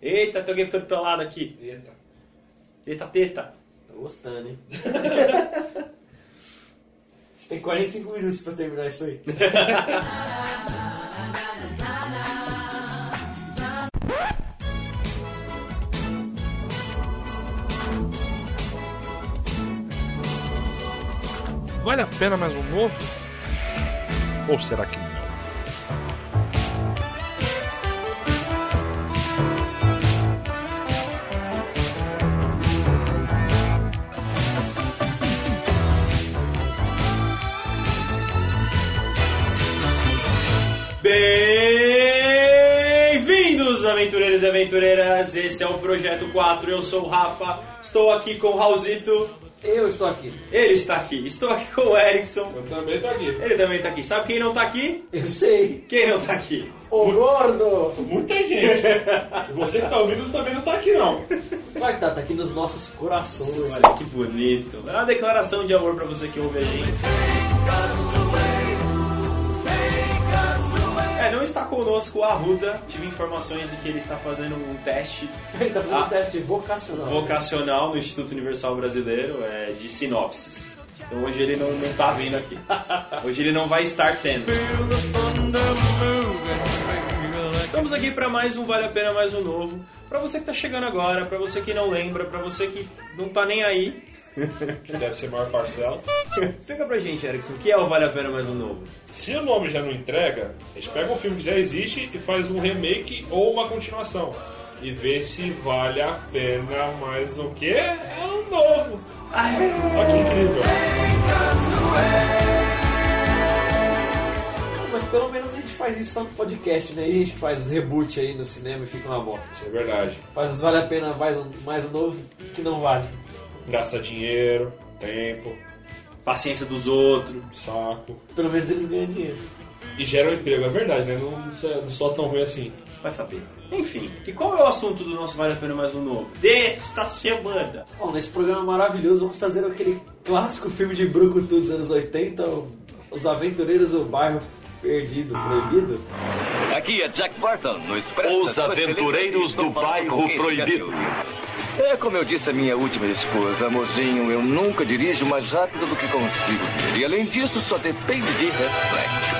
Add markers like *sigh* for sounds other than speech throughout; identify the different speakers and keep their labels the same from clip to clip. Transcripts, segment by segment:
Speaker 1: Eita, tem alguém ficando pelado aqui.
Speaker 2: Eita,
Speaker 1: Eita, teta.
Speaker 2: tô gostando, hein? *laughs* Você tem 45 minutos pra terminar isso aí.
Speaker 3: Vale a pena mais um novo? Ou será que não?
Speaker 1: Bem-vindos, aventureiros e aventureiras. Esse é o Projeto 4. Eu sou o Rafa. Estou aqui com o Raulzito.
Speaker 2: Eu estou aqui.
Speaker 1: Ele está aqui. Estou aqui com o Erickson.
Speaker 4: Eu também tô aqui.
Speaker 1: Ele também está aqui. Sabe quem não está aqui?
Speaker 2: Eu sei.
Speaker 1: Quem não está aqui?
Speaker 2: Ô gordo!
Speaker 4: Muita gente. Você que tá ouvindo também não tá aqui, não.
Speaker 2: Claro que tá, tá aqui nos nossos corações.
Speaker 1: Olha que bonito. É uma declaração de amor pra você que ouve a gente. É, não está conosco o Arruda. Tive informações de que ele está fazendo um teste
Speaker 2: Ele tá fazendo
Speaker 1: Ah.
Speaker 2: um teste vocacional.
Speaker 1: vocacional no Instituto Universal Brasileiro é, de sinopses. Então hoje ele não, não tá vindo aqui. *laughs* Hoje ele não vai estar tendo. Estamos aqui para mais um Vale a Pena Mais Um Novo. Para você que tá chegando agora, para você que não lembra, para você que não tá nem aí,
Speaker 4: Que deve ser a maior parcela.
Speaker 1: explica pra gente, Erickson, o que é o Vale a Pena Mais Um Novo?
Speaker 4: Se o nome já não entrega, a gente pega um filme que já existe e faz um remake ou uma continuação. E vê se vale a pena mais o quê? É um novo.
Speaker 1: Ah, é.
Speaker 4: Olha que incrível.
Speaker 2: Mas pelo menos a gente faz isso só no podcast, né? E a gente que faz os reboot aí no cinema e fica uma bosta.
Speaker 4: Isso é verdade.
Speaker 2: Faz os vale a pena mais um, mais um novo que não vale.
Speaker 4: Gasta dinheiro, tempo,
Speaker 1: Paciência dos outros.
Speaker 4: saco.
Speaker 2: Pelo menos eles ganham dinheiro.
Speaker 4: E gera um emprego, é verdade, né? Não, não sou- não sou tão ruim assim.
Speaker 1: Vai saber. Enfim, e qual é o assunto do nosso Vale a Pena Mais Um Novo? Desta semana.
Speaker 2: Bom, nesse programa maravilhoso vamos trazer aquele clássico filme de Brucutu dos anos 80, o- Os Aventureiros do Bairro Perdido,
Speaker 3: Ah.
Speaker 2: Proibido.
Speaker 5: Aqui é Jack Burton, no Expresso.
Speaker 6: Os
Speaker 5: das Duas
Speaker 6: Aventureiros
Speaker 5: Felizes,
Speaker 6: do
Speaker 5: estou falando
Speaker 6: Bairro
Speaker 5: com quem você quer que
Speaker 6: Proibido.
Speaker 5: eu diga. É como eu disse a minha última esposa, mozinho, eu nunca dirijo mais rápido do que consigo. E além disso, só depende de reflexo.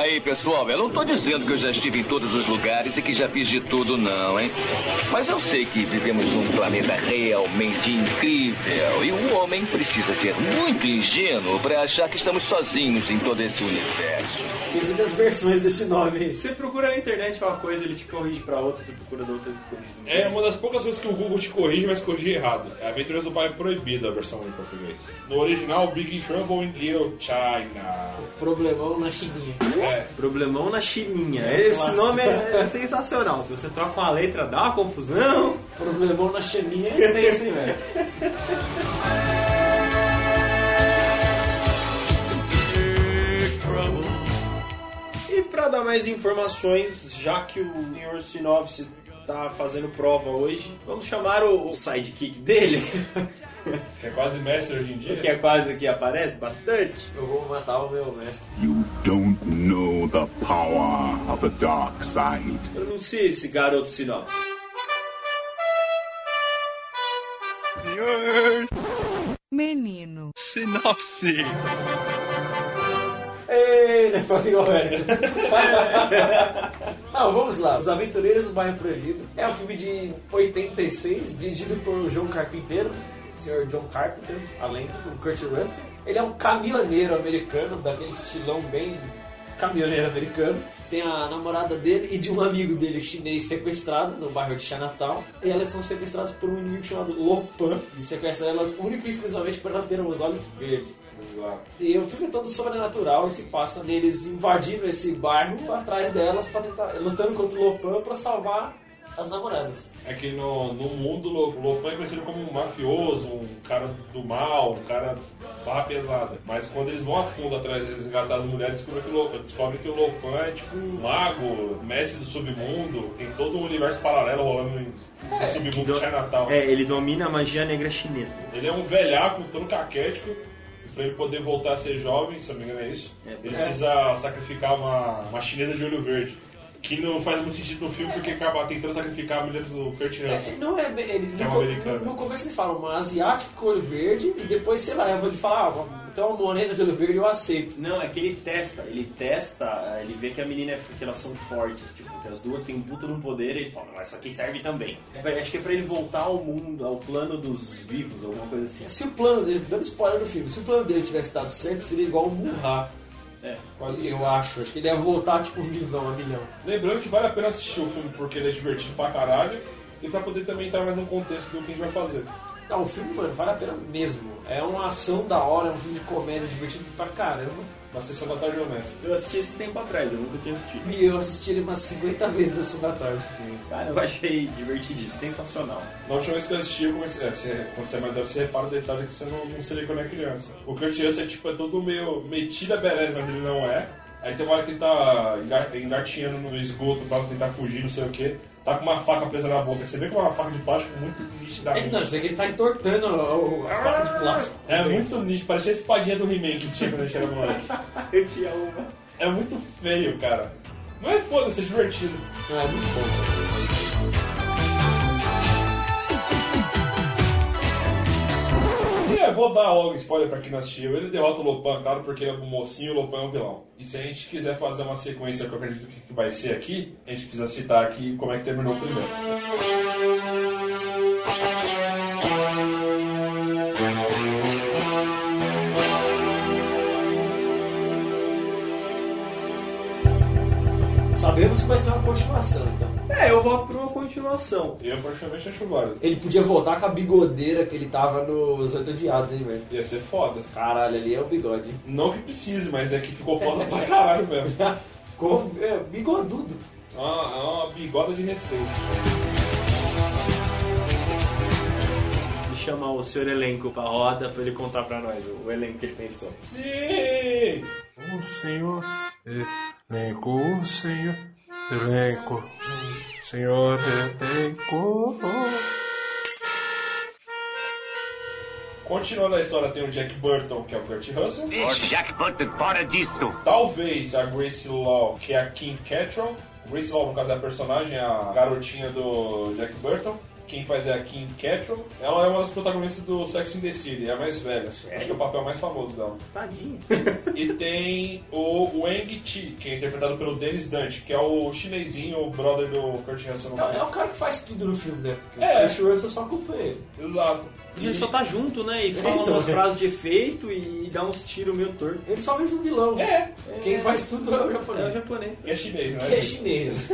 Speaker 5: Aí, pessoal, eu não tô dizendo que eu já estive em todos os lugares e que já fiz de tudo, não, hein? Mas eu sei que vivemos num planeta realmente incrível e o homem precisa ser muito ingênuo para achar que estamos sozinhos em todo esse universo.
Speaker 2: Tem muitas versões desse nome. aí.
Speaker 1: Você procura na internet uma coisa, ele te corrige pra outra, você procura da outra, ele te corrige. de
Speaker 4: É
Speaker 1: novo.
Speaker 4: uma das poucas coisas que o Google te corrige, mas corrige errado. É Aventuras do Bairro Proibido, a versão em português. No original, Big Trouble in Little China.
Speaker 2: Problemão na chininha.
Speaker 4: É,
Speaker 1: Problemão na chininha. Esse
Speaker 2: clássico.
Speaker 1: nome é, *laughs* é sensacional. Se você troca uma letra, dá uma confusão.
Speaker 2: Problemão na chininha tem assim, velho.
Speaker 1: E pra dar mais informações, já que o senhor Sinopse tá fazendo prova hoje, vamos chamar o, o sidekick dele, *laughs*
Speaker 4: que é quase mestre hoje em dia.
Speaker 1: que é quase que aparece bastante.
Speaker 2: Eu vou matar o meu mestre.
Speaker 7: You don't know the power of the dark side.
Speaker 1: Pronuncie esse garoto Sinopse.
Speaker 8: Menino.
Speaker 3: Sinopse!
Speaker 2: Ei, né? Faz igual velho. *laughs* Não, vamos lá. Os Aventureiros do Bairro Proibido é um filme de 86, dirigido por John Carpinteiro, Sr. John Carpenter, além do Kurt Russell. Ele é um caminhoneiro americano, daquele estilão bem caminhoneiro americano. Tem a namorada dele e de um amigo dele chinês sequestrado no bairro de Chinatown. E elas são sequestradas por um inimigo chamado Lopan. E sequestra elas única e exclusivamente para elas terem os olhos verdes.
Speaker 4: Exato.
Speaker 2: E o filme é todo sobrenatural e se passa neles invadindo esse bairro atrás delas para tentar lutando contra o Lopan para salvar as namoradas.
Speaker 4: É que no, no mundo, o Lopan é conhecido como um mafioso, um cara do mal, um cara barra pesada. Mas quando eles vão a fundo atrás de resgatar as mulheres, descobre que o Lopan, descobre que o Lopan é tipo um mago, mestre do submundo, tem todo um universo paralelo rolando em- no submundo de Chinatown.
Speaker 1: É, ele domina a magia negra chinesa.
Speaker 4: Ele é um velhaco, todo caquético, pra ele poder voltar a ser jovem, se não me engano é isso,
Speaker 1: É,
Speaker 4: ele
Speaker 1: é.
Speaker 4: precisa sacrificar uma, uma chinesa de olho verde. Que não faz muito sentido no filme, porque acaba tentando sacrificar a mulher do Kurt
Speaker 2: É,
Speaker 4: Russell.
Speaker 2: não é, bem- ele,
Speaker 4: Que é
Speaker 2: no,
Speaker 4: um
Speaker 2: co-
Speaker 4: americano.
Speaker 2: no começo ele fala uma asiática com olho verde e depois, sei lá, eu vou ele falar, ah, então uma morena de olho verde eu aceito.
Speaker 1: Não, é que ele testa, ele testa, ele vê que a menina é que elas são fortes, tipo, que as duas têm um puto no poder, ele fala, mas isso aqui serve também. É pra- acho que é pra ele voltar ao mundo, ao plano dos vivos, alguma coisa assim.
Speaker 2: Se o plano dele, dando spoiler do filme, se o plano dele tivesse dado certo, seria igual o Murra.
Speaker 1: É.
Speaker 2: Quase eu acho, acho que ele ia voltar tipo vivão a milhão.
Speaker 4: Lembrando que vale a pena assistir o filme porque ele é divertido pra caralho e pra poder também entrar mais no contexto do que a gente vai fazer.
Speaker 2: Não, o filme, mano, vale a pena mesmo. É uma ação da hora, é um filme de comédia divertido pra caramba.
Speaker 4: Na sessão da tarde honesta.
Speaker 1: Eu assisti esse tempo atrás, eu nunca tinha assistido.
Speaker 2: E eu assisti ele umas 50 vezes na sessão da tarde.
Speaker 1: Cara, eu achei divertidíssimo, sensacional.
Speaker 4: Na última vez que eu assisti, eu comecei, é, você- quando você é mais velho, você repara o detalhe que você não, não seria quando é criança. O Kurt Russell é tipo, é todo meio metida beleza, mas ele não é. Aí tem uma hora que ele tá enga- engatinhando no esgoto pra tentar fugir, não sei o que. Tá com uma faca presa na boca. Você vê que é uma faca de plástico muito
Speaker 2: Ele não,
Speaker 4: nitidamente.
Speaker 2: isso daqui ele tá entortando o- o- a faca de plástico.
Speaker 4: É muito nítido, parecia a espadinha do He-Man que tinha quando a gente era moleque.
Speaker 1: *laughs* Eu tinha uma.
Speaker 4: É muito feio, cara. Mas foda-se, é divertido.
Speaker 2: Não, é muito bom.
Speaker 4: E é, vou dar logo spoiler pra quem não assistiu. Ele derrota o Lopan, claro, porque ele é um mocinho e o Lopan é um vilão. E se a gente quiser fazer uma sequência que eu acredito que vai ser aqui, a gente precisa citar aqui como é que terminou o primeiro.
Speaker 2: Sabemos que vai ser uma continuação, então.
Speaker 1: É, eu vou pra uma continuação.
Speaker 4: Eu, particularmente, acho válido.
Speaker 2: Ele podia voltar com a bigodeira que ele tava nos Oito Odiados, hein, velho?
Speaker 4: Ia ser foda.
Speaker 2: Caralho, ali é o *laughs* bigode, hein?
Speaker 4: Não que precise, mas é que ficou foda pra caralho mesmo.
Speaker 2: Ficou é, bigodudo.
Speaker 4: É uma, é uma bigoda de respeito.
Speaker 1: De chamar o senhor elenco pra roda pra ele contar pra nós o, o elenco que ele pensou.
Speaker 4: Sim! eh,
Speaker 6: O senhor elenco, o senhor elenco, o senhor
Speaker 4: eh,
Speaker 6: elenco.
Speaker 4: Continuando a história, tem o Jack Burton, que é o Kurt Russell.
Speaker 5: Deixe Jack Burton fora disso.
Speaker 4: Talvez a Grace Law, que é a Kim Cattrall. Grace Law, no caso, é a personagem, a garotinha do Jack Burton. Quem faz é a Kim Cattrall. Ela é uma das protagonistas do Sex and the City, é a mais velha. Acho que é o papel mais famoso dela.
Speaker 1: Tadinho.
Speaker 4: E tem o Wang Ti, que é interpretado pelo Dennis Dante, que é o chinesinho, o brother do Kurt Russell. no
Speaker 2: É, é
Speaker 4: filme.
Speaker 2: o cara que faz tudo no filme, né? Porque
Speaker 4: É.
Speaker 2: o Kurt Russell só acompanha ele.
Speaker 4: Exato.
Speaker 1: Ele só tá junto, né? E fala
Speaker 2: Então,
Speaker 1: umas
Speaker 2: é.
Speaker 1: frases de efeito e dá uns tiros meio torto.
Speaker 2: Ele só fez um vilão.
Speaker 4: É,
Speaker 2: Quem faz tudo é o
Speaker 1: É
Speaker 2: japonês.
Speaker 1: japonês.
Speaker 4: que é chinês, né?
Speaker 2: Que é chinês.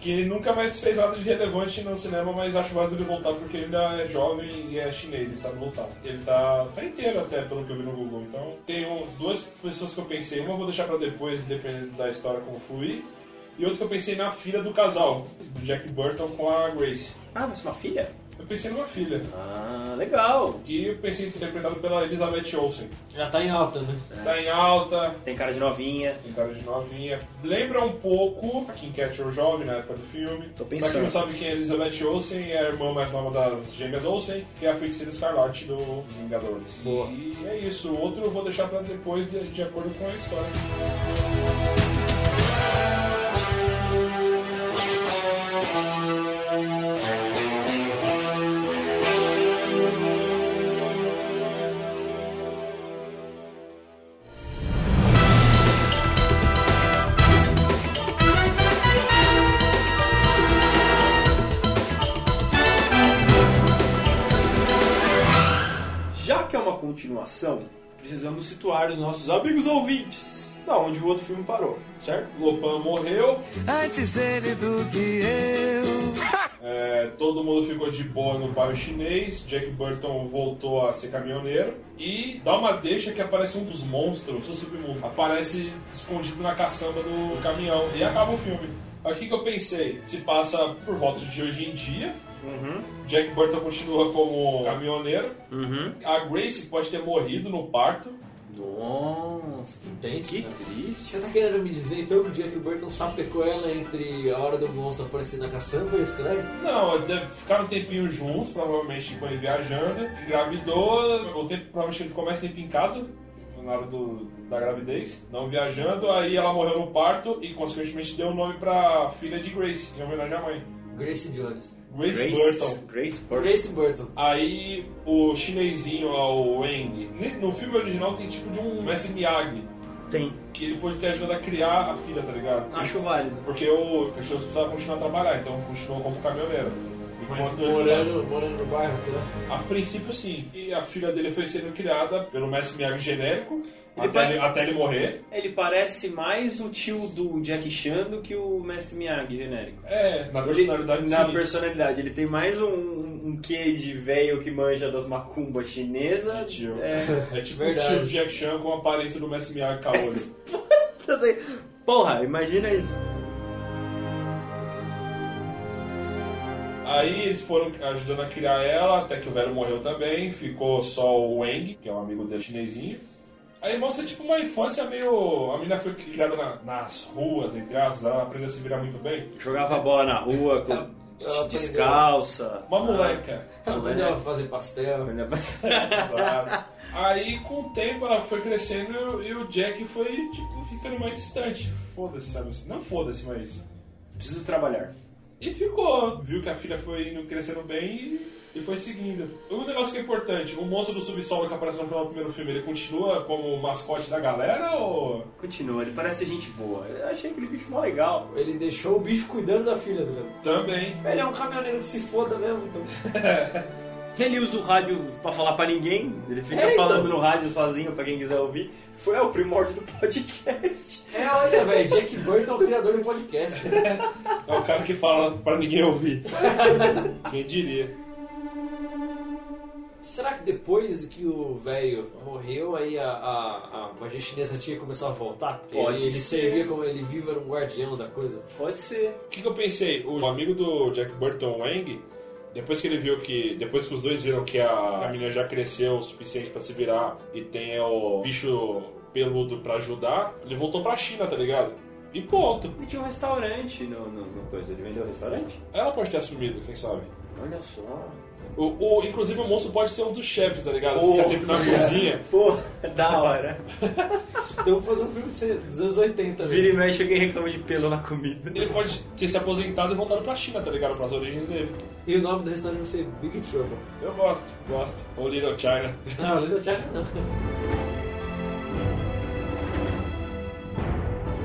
Speaker 4: Que ele nunca mais fez nada de relevante no cinema, mas acho válido ele voltar porque ele ainda é jovem e é chinês, ele sabe voltar. Ele tá, tá inteiro até, pelo que eu vi no Google. Então, tem um- duas pessoas que eu pensei, uma eu vou deixar pra depois, dependendo da história como fluir, e outra que eu pensei na filha do casal, do Jack Burton com a Grace.
Speaker 1: Ah, mas uma filha?
Speaker 4: Eu pensei numa filha,
Speaker 1: Ah, legal.
Speaker 4: que eu pensei interpretado pela Elizabeth Olsen.
Speaker 2: Já tá em alta, né?
Speaker 1: É.
Speaker 4: Tá em alta,
Speaker 1: Tem cara de novinha.
Speaker 4: Tem cara de novinha. Lembra um pouco a Kim Cattrall jovem na época do filme.
Speaker 1: Tô pensando.
Speaker 4: Pra quem não sabe quem é Elizabeth Olsen, é a irmã mais nova das gêmeas Olsen, que é a feiticeira escarlate do Vingadores.
Speaker 2: Boa.
Speaker 4: E é isso. O outro eu vou deixar pra depois, de, de acordo com a história.
Speaker 1: Já que é uma continuação, precisamos situar os nossos amigos ouvintes. Da onde o outro filme parou, certo?
Speaker 4: Lopan morreu,
Speaker 6: Antes ele do que eu.
Speaker 4: *laughs* é, todo mundo ficou de boa no bairro chinês, Jack Burton voltou a ser caminhoneiro e dá uma deixa que aparece um dos monstros do submundo. Aparece escondido na caçamba do caminhão e acaba o filme. Aqui que eu pensei, se passa por volta de hoje em dia,
Speaker 1: Uhum.
Speaker 4: Jack Burton continua como caminhoneiro,
Speaker 1: Uhum.
Speaker 4: a Grace pode ter morrido no parto,
Speaker 1: Nossa,
Speaker 2: Intenso,
Speaker 1: que
Speaker 2: né?
Speaker 1: triste.
Speaker 2: Você tá querendo me dizer então que o Jack Burton sapecou ela entre a hora do monstro aparecer na caçamba e os créditos?
Speaker 4: Não, eles devem ficar um tempinho juntos, provavelmente com ele viajando. Engravidou, o tempo provavelmente ele ficou mais tempo em casa. na hora do, da gravidez, não viajando, aí ela morreu no parto e consequentemente deu o nome pra filha de Grace, em homenagem à mãe.
Speaker 2: Grace Jones.
Speaker 4: Grace,
Speaker 1: Grace,
Speaker 4: Burton.
Speaker 1: Grace Burton.
Speaker 2: Grace Burton.
Speaker 4: Aí o chinesinho lá, o Wang, nesse- no filme original tem tipo de um Messi Miyagi,
Speaker 1: Tem.
Speaker 4: que ele pôde ter ajudado a criar a filha, tá ligado?
Speaker 1: Acho válido.
Speaker 4: Porque o Cristiano precisava continuar a trabalhar, então continuou como caminhoneiro.
Speaker 2: Mas
Speaker 4: Enquanto ele-
Speaker 2: morando, morando no bairro, será?
Speaker 4: A princípio, sim. E a filha dele foi sendo criada pelo mestre Miyagi genérico,
Speaker 1: Ele
Speaker 4: até,
Speaker 1: vai-
Speaker 4: ele, até ele morrer.
Speaker 1: Ele parece mais o tio do Jack Chan do que o Mestre Miyagi genérico.
Speaker 4: É, na
Speaker 1: Ele-
Speaker 4: personalidade
Speaker 1: na
Speaker 4: sim.
Speaker 1: personalidade, ele tem mais um, um, um quê de velho que manja das macumbas chinesa.
Speaker 4: De tio.
Speaker 1: É, *laughs*
Speaker 4: É tipo
Speaker 2: Verdade.
Speaker 4: o tio Jack Chan com a aparência do mestre Miyagi Kaori.
Speaker 1: também. Então Porra, imagina isso.
Speaker 4: Aí eles foram ajudando a criar ela, até que o velho morreu também. Ficou só o Wang, que é um amigo dele chinesinho. Aí mostra tipo uma infância meio. A menina foi criada na- nas ruas, entre aspas, ela aprendeu a se virar muito bem.
Speaker 1: Jogava bola na rua, com-
Speaker 2: Ela- ela
Speaker 1: descalça. Ah.
Speaker 4: Uma moleca.
Speaker 2: Ela aprendeu
Speaker 1: é.
Speaker 2: a fazer pastel.
Speaker 4: Exato. Aí, com o tempo, ela foi crescendo e o- e o Jack foi, tipo, ficando mais distante. Foda-se, sabe? assim? Não foda-se, mas...
Speaker 1: *laughs* Preciso trabalhar.
Speaker 4: E ficou. Viu que a filha foi indo crescendo bem e, e foi seguindo. Um negócio que é importante, o monstro do subsolo que aparece no final do primeiro filme, ele continua como o mascote da galera ou...
Speaker 1: Continua, ele parece gente boa. Eu achei aquele bicho mó legal.
Speaker 2: Ele deixou o bicho cuidando da filha, tá ligado?
Speaker 4: Também.
Speaker 2: Ele é um caminhoneiro que se foda mesmo, então.
Speaker 1: Ele usa o rádio pra falar pra ninguém, ele fica
Speaker 2: É, então.
Speaker 1: falando no rádio sozinho pra quem quiser ouvir. Foi é, o primórdio do podcast.
Speaker 2: É, olha, velho, Jack Burton é o criador do podcast. né?
Speaker 4: É o cara que fala pra ninguém ouvir. *laughs* Quem diria?
Speaker 2: Será que depois que o velho morreu, aí a, a, a magia chinesa antiga começou a voltar? Porque
Speaker 1: Pode
Speaker 2: ele, ele
Speaker 1: ser.
Speaker 2: servia como ele vivo, era um guardião da coisa.
Speaker 1: Pode ser.
Speaker 4: O que, que eu pensei? O amigo do Jack Burton, Wang, depois que ele viu que. Depois que os dois viram que a, a menina já cresceu o suficiente pra se virar e tem o bicho peludo pra ajudar, ele voltou pra China, tá ligado? E ponto.
Speaker 1: Ele tinha um restaurante no, no, no coisa, ele vendeu um restaurante?
Speaker 4: Ela pode ter assumido, quem sabe?
Speaker 1: Olha só.
Speaker 4: O, o- inclusive o monstro pode ser um dos chefes, tá ligado?
Speaker 1: Oh,
Speaker 4: Fica
Speaker 1: *laughs*
Speaker 4: sempre na
Speaker 1: cara.
Speaker 4: cozinha.
Speaker 1: Pô, da hora.
Speaker 2: Então vou fazer um filme de- dos anos 80,
Speaker 1: Vira
Speaker 2: velho.
Speaker 1: e mexe, alguém reclama de pelo na comida.
Speaker 4: Ele pode ter se aposentado e voltado pra China, tá ligado? Pras origens dele.
Speaker 2: E o nome do restaurante vai ser Big Trouble.
Speaker 4: Eu gosto, gosto. Ou Little China.
Speaker 2: Não, Little China não.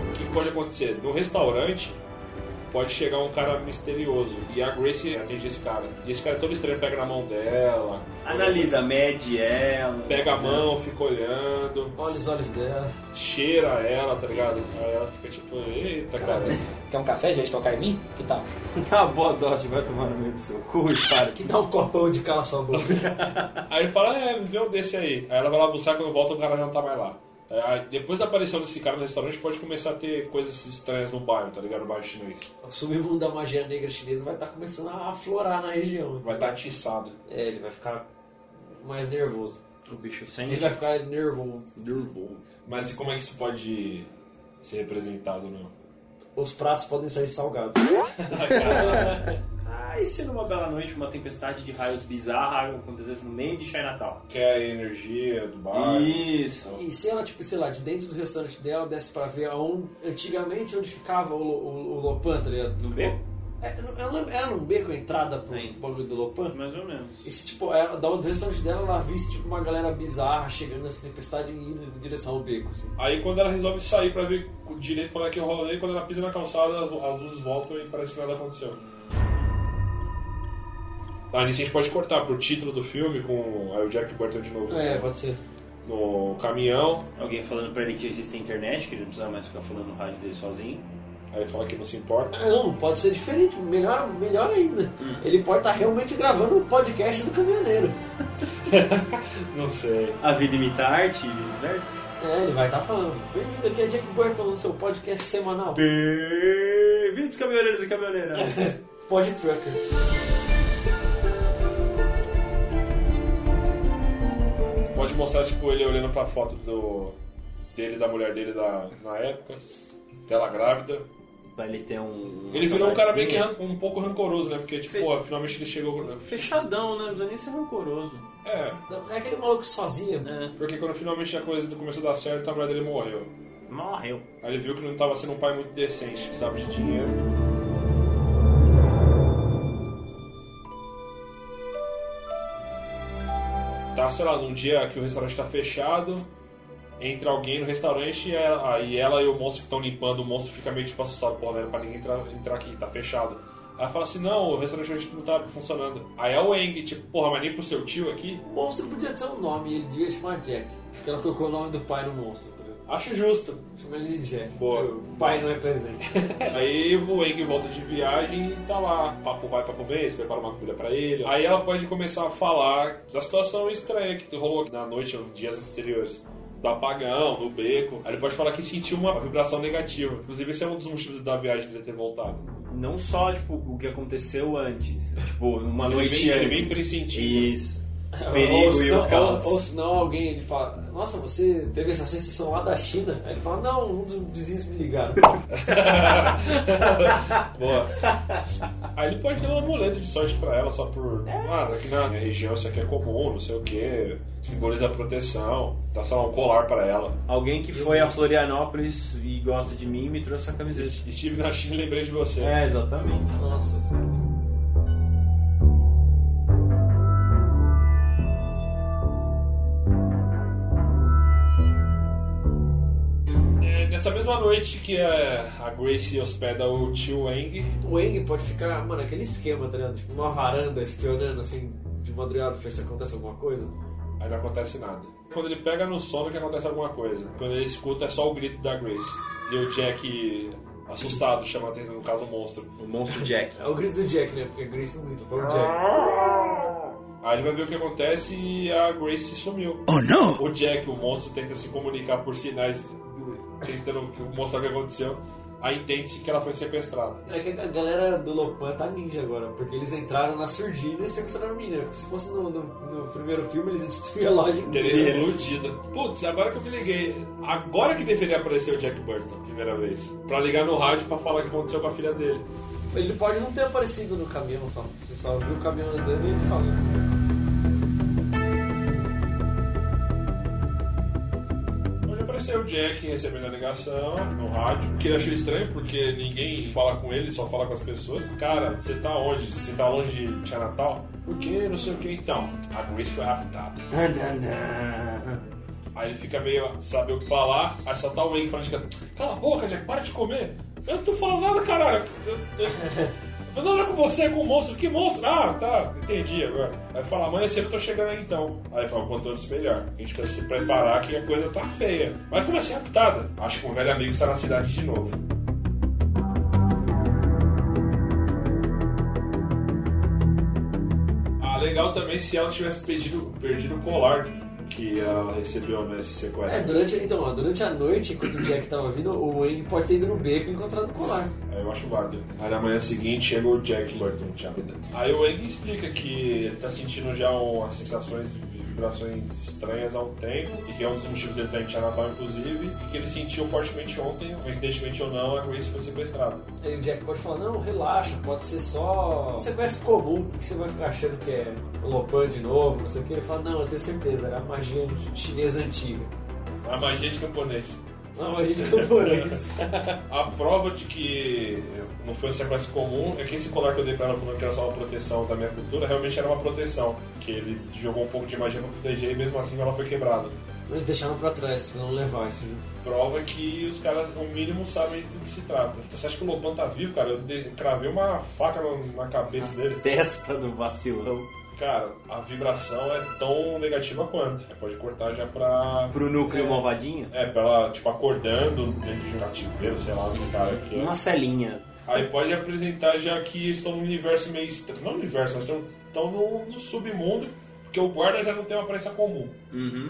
Speaker 4: O que pode acontecer? No restaurante pode chegar um cara misterioso e a Grace atende esse cara. E esse cara é todo estranho pega na mão dela,
Speaker 1: Analisa, mede é um- ela.
Speaker 4: pega a mão, fica olhando,
Speaker 2: Olha os olhos dela.
Speaker 4: cheira ela, tá ligado? Aí ela fica tipo, eita cara.
Speaker 9: Quer um café, gente? Tocar em mim? Que tal?
Speaker 1: Acabou a Tá dose, vai tomar no meio do seu cu e para.
Speaker 2: Que dá um copão de cala sua boca.
Speaker 4: Aí ele fala, é, vê um desse aí. Aí ela vai lá buscar, quando volta o cara já não tá mais lá. Aí, depois da aparição desse cara no restaurante pode começar a ter coisas estranhas no bairro, tá ligado? No bairro chinês.
Speaker 2: O submundo da magia negra chinesa vai estar começando a aflorar na região.
Speaker 4: Vai estar atiçado.
Speaker 2: É, ele vai ficar mais nervoso.
Speaker 1: O bicho
Speaker 2: Ele
Speaker 1: sente.
Speaker 2: vai ficar nervoso.
Speaker 4: Mas e como é que isso pode ser representado no...
Speaker 2: Os pratos podem sair salgados.
Speaker 1: Ah, e se numa bela noite uma tempestade de raios bizarra acontecesse no meio de Chinatown?
Speaker 4: Que é a energia do bairro.
Speaker 1: Isso.
Speaker 2: E se ela, tipo, sei lá, de dentro do restaurante dela desse pra ver aonde, antigamente onde ficava o, Lo- o, o Lopan, tá ligado?
Speaker 1: No beco?
Speaker 2: É, eu não- eu não lembro- era num beco a entrada pro
Speaker 1: Sim.
Speaker 2: bagulho do Lopan?
Speaker 1: Mais ou menos.
Speaker 2: E se, tipo, ela, da do restaurante dela ela visse, tipo, uma galera bizarra chegando nessa tempestade e indo em direção ao beco, assim.
Speaker 4: Aí quando ela resolve sair pra ver direito qual é que é o rolê, quando ela pisa na calçada, as, as luzes voltam e parece que nada aconteceu. Aí nisso a gente pode cortar pro título do filme com aí o Jack Burton de novo
Speaker 2: É,
Speaker 4: né?
Speaker 2: pode ser.
Speaker 4: no caminhão.
Speaker 1: Alguém falando pra ele que existe a internet, que ele não precisa mais ficar falando no rádio dele sozinho.
Speaker 4: Aí fala que não se importa.
Speaker 2: É, Não, pode ser diferente, melhor, melhor ainda. Ele pode estar realmente gravando o podcast do caminhoneiro.
Speaker 4: Não sei.
Speaker 1: A vida imita a arte e vice-versa.
Speaker 2: É, ele vai estar falando. Bem-vindo aqui a Jack Burton no seu podcast semanal.
Speaker 1: Bem-vindos, caminhoneiros e caminhoneiras.
Speaker 2: Pod Trucker.
Speaker 4: Pode mostrar tipo ele olhando pra foto do dele, da mulher dele da, na época. Tela grávida.
Speaker 1: pra ele ter um.
Speaker 4: Ele virou um cara meio que
Speaker 1: saudadezinha.
Speaker 4: ran- um pouco rancoroso, né? Porque, tipo,
Speaker 1: Fe-
Speaker 4: ó, finalmente ele chegou.
Speaker 1: Fechadão, né? Não precisa nem ser rancoroso.
Speaker 4: É,
Speaker 2: Não, É aquele maluco sozinho, né?
Speaker 1: É.
Speaker 4: porque quando finalmente a coisa começou a dar certo, a mulher dele morreu.
Speaker 1: Morreu.
Speaker 4: Aí ele viu que não tava sendo um pai muito decente, que sabe, de dinheiro. Tá, sei lá, num dia que o restaurante tá fechado, entra alguém no restaurante e ela, aí ela e o monstro que estão limpando, o monstro fica meio tipo assustado, pô, não era pra ninguém entrar, entrar aqui, tá fechado. Aí ela fala assim, não, o restaurante hoje não tá funcionando. Aí é o Eng, tipo, porra, mas nem pro seu tio aqui?
Speaker 2: O monstro podia ter um nome, ele devia chamar Jack. Porque ela colocou o nome do pai no monstro, entendeu?
Speaker 4: Acho justo.
Speaker 2: Chama ele de Jack.
Speaker 4: Boa.
Speaker 2: O pai não é presente.
Speaker 4: Aí o Eng volta de viagem e tá lá, papo vai, papo vem, você prepara uma comida pra ele. Aí ela pode começar a falar da situação estranha que rolou na noite ou dias anteriores. Do apagão, do beco. Aí ele pode falar que sentiu uma vibração negativa. Inclusive, esse é um dos motivos da viagem dele ter voltado.
Speaker 1: Não só, tipo, o que aconteceu antes. *laughs* Tipo, uma
Speaker 4: Ele é
Speaker 1: noite
Speaker 4: vem, ele
Speaker 1: antes.
Speaker 4: vem né? pressentindo.
Speaker 1: *laughs* Isso. Perigo
Speaker 2: ou, se
Speaker 1: e o
Speaker 2: não-
Speaker 1: caos.
Speaker 2: ou, ou se não alguém ele fala, nossa, você teve essa sensação lá da China? Aí ele fala, não, um dos vizinhos me ligaram.
Speaker 4: *laughs*
Speaker 1: *laughs*
Speaker 4: Boa. Aí ele pode dar uma amuleta de sorte pra ela só por.
Speaker 1: É.
Speaker 4: Ah, aqui na minha região isso aqui é comum, não sei o que. Simboliza proteção. Dá, sei lá, um colar pra ela.
Speaker 1: Alguém que foi a Florianópolis e gosta de mim me trouxe a camiseta.
Speaker 4: Estive na China e lembrei de você.
Speaker 1: É, exatamente.
Speaker 2: Nossa senhora.
Speaker 4: É, nessa mesma noite que a, a Grace hospeda o tio Wang,
Speaker 2: O Eng pode ficar, mano, aquele esquema, tá ligado? Tipo, numa varanda espionando assim, de madrugada pra ver se acontece alguma coisa.
Speaker 4: aí não acontece nada. Quando ele pega no sono que acontece alguma coisa. Quando ele escuta é só o grito da Grace. E o Jack assustado chama a atenção, no caso o monstro.
Speaker 1: O monstro Jack.
Speaker 2: É o grito do Jack, né? Porque a Grace não grita, fala o Jack.
Speaker 4: Aí ele vai ver o que acontece e a Grace sumiu.
Speaker 6: Oh não!
Speaker 4: O Jack, o monstro, tenta se comunicar por sinais, tentando mostrar o que aconteceu. Aí entende-se que ela foi sequestrada.
Speaker 2: É que a galera do Lopan tá ninja agora, porque eles entraram na surdina e sequestraram a menina. Porque se fosse no, no- no primeiro filme, eles destruíam a loja
Speaker 4: Teresa
Speaker 2: inteira.
Speaker 4: iludida. Putz, agora que eu me liguei. Agora que deveria aparecer o Jack Burton, primeira vez. Pra ligar no rádio pra falar o que aconteceu com a filha dele.
Speaker 2: Ele pode não ter aparecido no caminhão só. Você só viu o caminhão andando e ele fala.
Speaker 4: Hoje apareceu o Jack recebendo a ligação no rádio. O que ele achou estranho, porque ninguém fala com ele, só fala com as pessoas. Cara, você tá onde? Você tá longe de Tia Natal? Por quê? Não sei o que. Então, a Grace foi raptada.
Speaker 1: *laughs* Dan, dan, dan.
Speaker 4: Aí ele fica meio sem saber o que falar, aí só tá o Wayne falando de cara, cala a boca, Jack, para de comer. Eu não tô falando nada, caralho. Eu, eu, eu tô falando nada é com você, com o monstro. Que monstro? Ah, tá, entendi agora. Aí fala, amanhã cedo eu tô chegando aí então. Aí fala, quanto antes melhor. A gente precisa se preparar que a coisa tá feia. Vai começar a raptada. Acho que um velho amigo está na cidade de novo. Ah, legal também se ela tivesse perdido, perdido o colar que ela recebeu nesse
Speaker 2: É,
Speaker 4: sequestro.
Speaker 2: durante, então, ó, durante a noite, enquanto o Jack tava vindo, o Eng pode ter ido no beco e encontrado o colar.
Speaker 4: Aí eu acho válido. Aí na manhã seguinte chega o Jack Burton, tchau. Aí o Eng explica que ele tá sentindo já umas sensações, vibrações estranhas há um tempo, e que é um dos motivos dele estar em Tia Natal, inclusive, e que ele sentiu fortemente ontem, coincidentemente ou não, a Grace foi sequestrada.
Speaker 2: Aí o Jack pode falar, não, relaxa, pode ser só um sequestro comum, que você vai ficar achando que é o Lopan de novo, não sei o que. Ele fala, não, eu tenho certeza, era a magia chinesa antiga.
Speaker 4: A magia de camponês.
Speaker 2: Não, a magia de camponês.
Speaker 4: A prova de que não foi um sequestro comum é que esse colar que eu dei pra ela falando que era só uma proteção da minha cultura, realmente era uma proteção, que ele jogou um pouco de magia pra proteger e mesmo assim ela foi quebrada.
Speaker 2: Eles deixaram pra trás, pra não levar isso. viu?
Speaker 4: prova que os caras, o mínimo, sabem do que se trata. Você acha que o Lopan tá vivo, cara? Eu de- cravei uma faca na, na cabeça dele.
Speaker 1: Testa do vacilão.
Speaker 4: Cara, a vibração é tão negativa quanto. Você Pode cortar já pra.
Speaker 1: Pro núcleo malvadinho.
Speaker 4: É, pra ela, tipo, acordando dentro de um cativeiro, sei lá, do cara que é.
Speaker 1: Uma celinha.
Speaker 4: Aí pode apresentar já que eles estão num universo meio estranho. Não universo, mas estão no, no submundo, porque o guarda já não tem uma aparência comum.
Speaker 1: Uhum.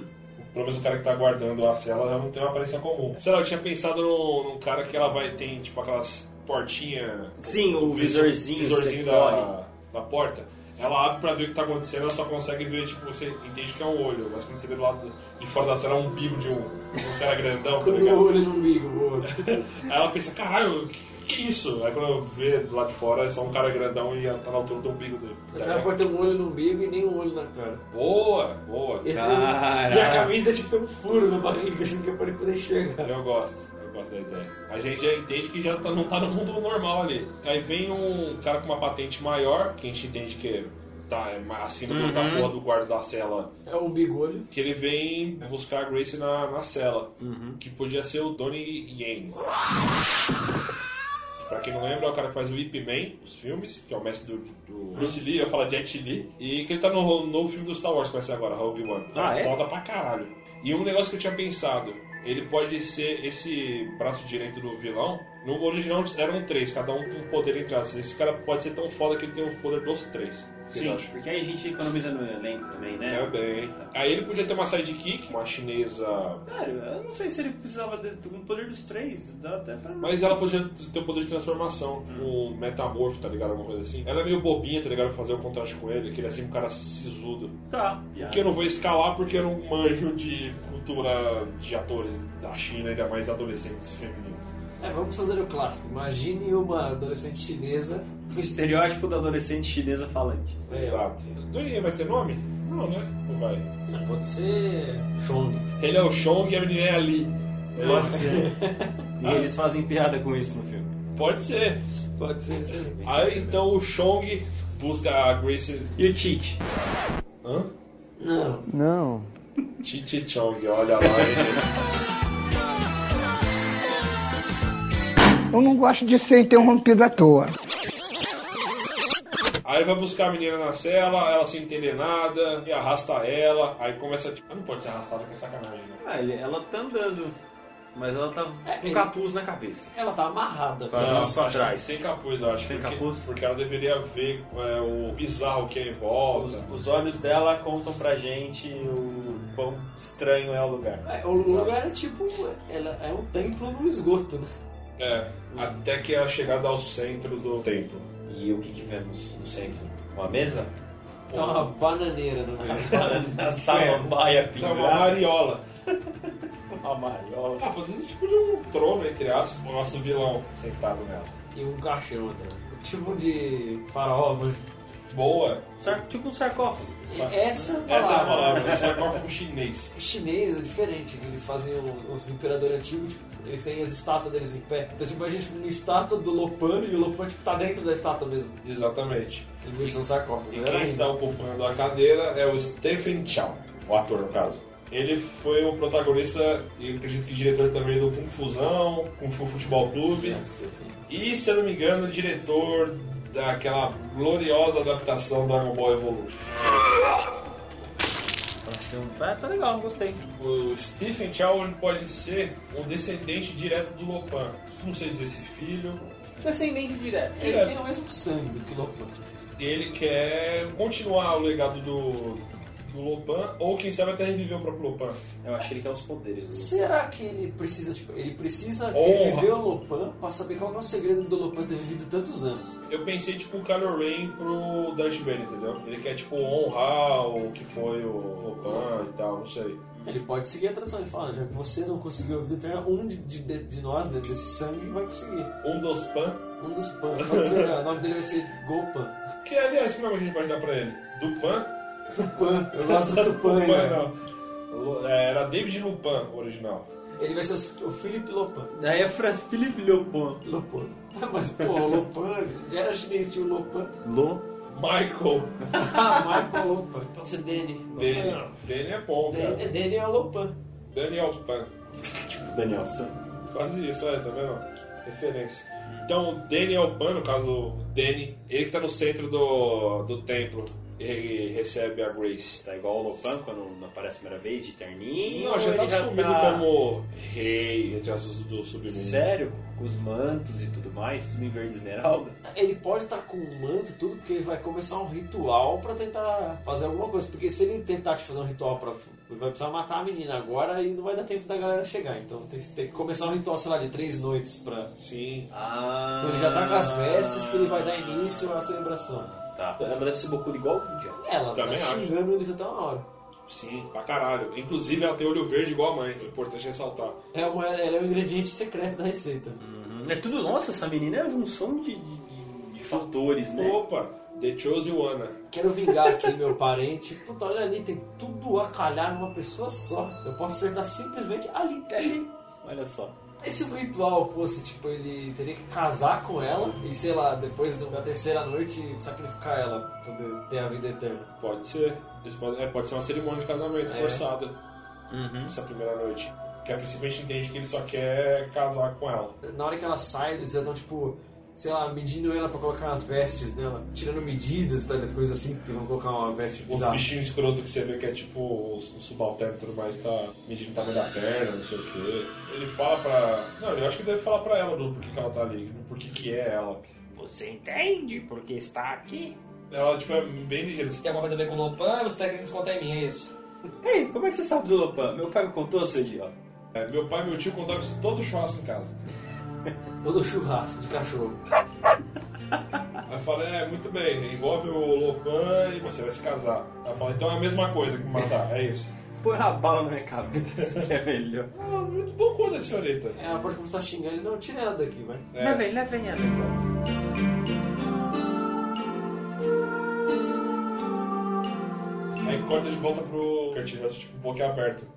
Speaker 4: Pelo menos o cara que tá guardando a cela já não tem uma aparência comum. Sei lá, eu tinha pensado num, num cara que ela vai ter, tipo, aquelas portinhas.
Speaker 1: Sim, o visorzinho,
Speaker 4: visorzinho
Speaker 1: você
Speaker 4: da, da porta. Ela abre pra ver o que tá acontecendo, ela só consegue ver, tipo, você entende que é um olho, mas quando você vê do lado de fora da cena é um bico de um, de um cara grandão, tá
Speaker 2: Quando o
Speaker 4: ligado?
Speaker 2: olho no umbigo, o olho.
Speaker 4: Aí ela pensa, caralho, que, que é isso? Aí quando eu vê do lado de fora é só um cara grandão e tá na altura do umbigo dele. tá
Speaker 2: O cara pode ter um olho no umbigo e nem um olho na cara.
Speaker 4: Boa, boa.
Speaker 2: Esse-
Speaker 1: Caraca.
Speaker 2: E a camisa tipo tem um furo na barriga, assim, que é pra ele poder enxergar.
Speaker 4: Eu gosto, eu gosto da ideia. A gente já entende que já tá- não tá no mundo normal ali. Aí vem um cara com uma patente maior, que a gente entende que tá acima do- da porra do guarda da cela,
Speaker 2: É um bigolho.
Speaker 4: que ele vem buscar a Grace na, na cela,
Speaker 1: Uhum.
Speaker 4: que podia ser o Donnie Yen. Pra quem não lembra, é o cara que faz o Ip Man, os filmes, que é o mestre do, do Bruce Lee, eu falo Jet Lee, e que ele tá no novo filme do Star Wars que vai ser agora, Rogue One. Tá
Speaker 1: Ah, é?
Speaker 4: foda pra caralho. E um negócio que eu tinha pensado, ele pode ser esse braço direito do vilão. No original eram três, cada um com um poder entre aspas. Esse cara pode ser tão foda que ele tem o poder dos três. Vocês
Speaker 1: Sim,
Speaker 4: acham?
Speaker 1: porque aí a gente economiza no elenco também, né?
Speaker 4: Também. Tá Aí ele podia ter uma sidekick, uma chinesa
Speaker 1: Sério, eu não sei se ele precisava de um poder dos três, dá até pra.
Speaker 4: Mas ela podia ter o poder de transformação, um metamorfo, tá ligado? Alguma coisa assim. Ela é meio bobinha, tá ligado? Pra fazer o contraste com ele, que ele é sempre um cara sisudo.
Speaker 1: Tá.
Speaker 4: Que eu não vou escalar porque eu não manjo de cultura de atores da China, ainda mais adolescentes femininos.
Speaker 2: É, vamos fazer o clássico. Imagine uma adolescente chinesa.
Speaker 1: O estereótipo da adolescente chinesa falante.
Speaker 2: É,
Speaker 4: Exato. Dorinha vai ter nome? Não, né? Não vai.
Speaker 2: Pode ser. Chong.
Speaker 4: Ele é o Chong e a menina é a Li. É isso.
Speaker 1: E eles fazem piada com isso no filme.
Speaker 4: Pode ser.
Speaker 2: *laughs* Pode ser isso aí.
Speaker 4: Aí então o Chong busca a Grace.
Speaker 1: E o Cheat?
Speaker 4: Hã?
Speaker 2: Não.
Speaker 4: Chichi Chong, olha lá, hein?
Speaker 6: Eu não gosto de ser interrompido à toa.
Speaker 4: Aí vai buscar a menina na cela, ela sem entender nada, e arrasta ela, aí começa tipo, ah, não pode ser arrastada que é sacanagem, né?
Speaker 1: Ah, ele- ela tá andando, mas ela tá
Speaker 2: É,
Speaker 1: com
Speaker 2: ele-
Speaker 1: capuz na cabeça.
Speaker 2: Ela tá amarrada.
Speaker 1: Vai.
Speaker 4: Não,
Speaker 1: Mas pra
Speaker 4: acho
Speaker 1: trás.
Speaker 4: que Sem capuz, eu acho.
Speaker 1: Sem
Speaker 4: porque,
Speaker 1: capuz?
Speaker 4: Porque ela deveria ver é, o bizarro que é em
Speaker 1: Os,
Speaker 4: volta.
Speaker 1: os olhos dela contam pra gente o quão estranho é o lugar.
Speaker 2: É, o lugar é tipo. Ela é um templo no esgoto, né?
Speaker 4: É, até que é a chegada ao centro do templo.
Speaker 1: E o que que vemos no centro? Uma *laughs* mesa?
Speaker 2: Tá uma bananeira no meio.
Speaker 4: *laughs*
Speaker 1: A samambaia
Speaker 4: Tá uma
Speaker 1: pendurada.
Speaker 4: mariola.
Speaker 1: Uma mariola.
Speaker 4: Ah, pode ser tipo de um trono, entre aspas, o nosso vilão sentado nela.
Speaker 2: E um caixão atrás. Tipo de farol, mano.
Speaker 4: Boa.
Speaker 1: Sar- Tipo um sarcófago.
Speaker 2: Essa
Speaker 4: Essa é a palavra, isso é corpo chinês.
Speaker 2: chinês é diferente, que eles fazem o- os imperadores antigos, tipo, eles têm as estátuas deles em pé. Então, tipo, a gente uma estátua do Lopan e o Lopan, tipo, tá dentro da estátua mesmo.
Speaker 4: Exatamente.
Speaker 2: Em vez de ser um sarcófago.
Speaker 4: E
Speaker 2: Era
Speaker 4: quem
Speaker 2: isso.
Speaker 4: está ocupando a cadeira é o Stephen Chow, o ator no caso. Ele foi o protagonista e acredito que diretor também do Kung Fusão, Kung Fu Futebol Clube.
Speaker 2: Nossa, enfim.
Speaker 4: E, se eu não me engano, diretor daquela gloriosa adaptação do Dragon Ball Evolution.
Speaker 1: Nossa, tá, tá legal, gostei.
Speaker 4: O Stephen Chow ele pode ser um descendente direto do Lopan. Não sei dizer se filho.
Speaker 1: Descendente direto.
Speaker 2: Ele tem o mesmo sangue do que o Lopan.
Speaker 4: Ele quer continuar o legado do, do Lopan, ou quem sabe até reviver o próprio Lopan.
Speaker 1: Eu acho que ele quer os poderes. né?
Speaker 2: Será que ele precisa, tipo, ele precisa
Speaker 4: Honra.
Speaker 2: reviver o Lopan pra saber qual que é o segredo do Lopan ter vivido tantos anos?
Speaker 4: Eu pensei tipo o Kylo Ren pro Darth Vader, entendeu? Ele quer tipo honrar o que foi o Lopan e tal, não sei.
Speaker 2: Ele pode seguir a tradição, ele fala, já que você não conseguiu a vida eterna, um de, de- de- de nós, né, desse sangue, vai conseguir.
Speaker 4: Um dos Pan,
Speaker 2: Um dos Pan, pode ser, o nome dele vai ser Golpan.
Speaker 4: que aliás, que nome a gente pode dar pra ele? Do Pan?
Speaker 2: Tupã. Eu gosto
Speaker 4: *laughs*
Speaker 2: do Tupã, né?
Speaker 4: Pan,
Speaker 2: ainda.
Speaker 4: não. Lo- é, Era David Lupan, o original.
Speaker 2: Ele vai ser o Felipe Lopan.
Speaker 1: Daí é Franz Felipe Leopoldo.
Speaker 2: Lopan. *laughs* Ah, Mas, pô, o Lopan já era chinês, tinha o Lopan. *laughs*
Speaker 1: Lo.
Speaker 4: Michael.
Speaker 2: Ah, Michael Lopan.
Speaker 1: Pode ser Danny.
Speaker 4: Dele, dele é bom, cara.
Speaker 2: É dele é o Lopan.
Speaker 4: Daniel Pan.
Speaker 1: Daniel San.
Speaker 4: Quase isso, olha, tá vendo? Referência. Então, o Daniel Pan, no caso, o Danny, ele que tá no centro do, do templo, ele recebe a Grace.
Speaker 1: Tá igual o Lopan quando não aparece a primeira vez, de terninho.
Speaker 4: Não, já tá
Speaker 1: ele
Speaker 4: assumido
Speaker 1: tá-
Speaker 4: como rei entre aspas, do submundo.
Speaker 1: Sério? Com os mantos e tudo mais, tudo em verde esmeralda.
Speaker 2: Ele pode estar com um manto e tudo, porque ele vai começar um ritual pra tentar fazer alguma coisa. Porque se ele tentar te fazer um ritual pra. Ele vai precisar matar a menina agora e não vai dar tempo da galera chegar. Então tem, tem que começar um ritual, sei lá, de três noites pra.
Speaker 4: Sim.
Speaker 1: Ah.
Speaker 2: tá
Speaker 4: Ah.
Speaker 2: Então ele já tá com as vestes que ele vai dar início à celebração.
Speaker 1: Tá. Ela deve ser bocuda igual o Jack.
Speaker 2: Ela
Speaker 4: Também
Speaker 2: tá
Speaker 4: acho.
Speaker 2: xingando eles até uma hora.
Speaker 1: Sim.
Speaker 4: Pra caralho. Inclusive ela tem olho verde igual a mãe, é importante ressaltar.
Speaker 2: É uma, ela é um ingrediente secreto da receita.
Speaker 1: É tudo. Nossa, essa menina é a junção de, de- de- de fatores, né?
Speaker 4: Opa, The Chosen One. né?
Speaker 2: Quero vingar
Speaker 4: *laughs*
Speaker 2: aqui meu parente. Puta, olha ali, tem tudo a calhar numa pessoa só. Eu posso acertar simplesmente ali. ali.
Speaker 1: Olha só.
Speaker 2: E se o ritual fosse, tipo, ele teria que casar com ela e, sei lá, depois da terceira noite sacrificar ela pra poder ter a vida eterna?
Speaker 4: Pode ser. Isso Pode, é, pode ser uma cerimônia de casamento
Speaker 2: É.
Speaker 4: forçada essa primeira noite. Que a princípio a gente entende que ele só quer casar com ela.
Speaker 2: Na hora que ela sai, eles já estão, tipo, sei lá, medindo ela pra colocar umas vestes nela, tirando medidas, tá, ligado? coisa assim, porque vão colocar uma veste
Speaker 4: Os
Speaker 2: bizarra.
Speaker 4: bichinhos escroto que você vê que é tipo o subalterno e tudo mais, tá medindo o tamanho da perna, não sei o quê. Ele fala pra. Não, eu acho que deve falar pra ela do porquê que ela tá ali, do porquê que é ela.
Speaker 1: Você entende porque está aqui?
Speaker 4: Ela, tipo, é bem ligeira.
Speaker 9: Tem alguma coisa a ver com o Lopan, você tá querendo descontar em mim, é isso?
Speaker 1: Ei, como é que você sabe do Lopan? Meu pai me contou, seu idiota.
Speaker 4: É, meu pai e meu tio contavam isso todo churrasco em casa.
Speaker 2: Todo churrasco de cachorro.
Speaker 4: Aí eu falei, é, muito bem, envolve o Lopan e você vai se casar. Aí eu falei, então é a mesma coisa que matar, é
Speaker 1: *laughs*
Speaker 4: isso.
Speaker 1: Põe a bala na minha cabeça, *laughs* que é melhor.
Speaker 4: Ah, muito bom quando a senhorita.
Speaker 2: É, Ela pode começar a xingar ele, não, tira ela daqui, vai.
Speaker 4: É.
Speaker 1: Levem, levem ela.
Speaker 4: Aí corta de volta pro Kurt Russell, tipo, um pouquinho aberto.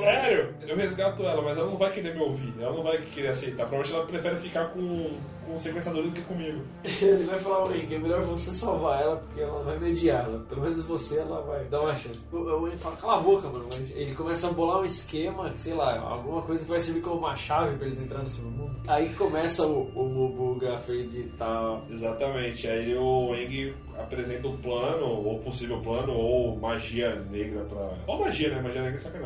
Speaker 4: Sério? Eu resgato ela, mas ela não vai querer me ouvir, né? ela não vai querer aceitar. Provavelmente ela prefere ficar com, com o sequestrador do que comigo.
Speaker 2: Ele vai falar, Henrique, é melhor você salvar ela, porque ela vai mediar ela. Pelo menos você, ela vai dar uma chance. O o Wayne fala, cala a boca, mano. Mas Ele começa a bolar um esquema, sei lá, alguma coisa que vai servir como uma chave pra eles entrarem no submundo. Aí começa o, o Mubuga a acreditar.
Speaker 4: Exatamente, aí o Eng apresenta o plano, ou possível plano, ou magia negra pra. Ou magia, né? Magia negra é sacanagem.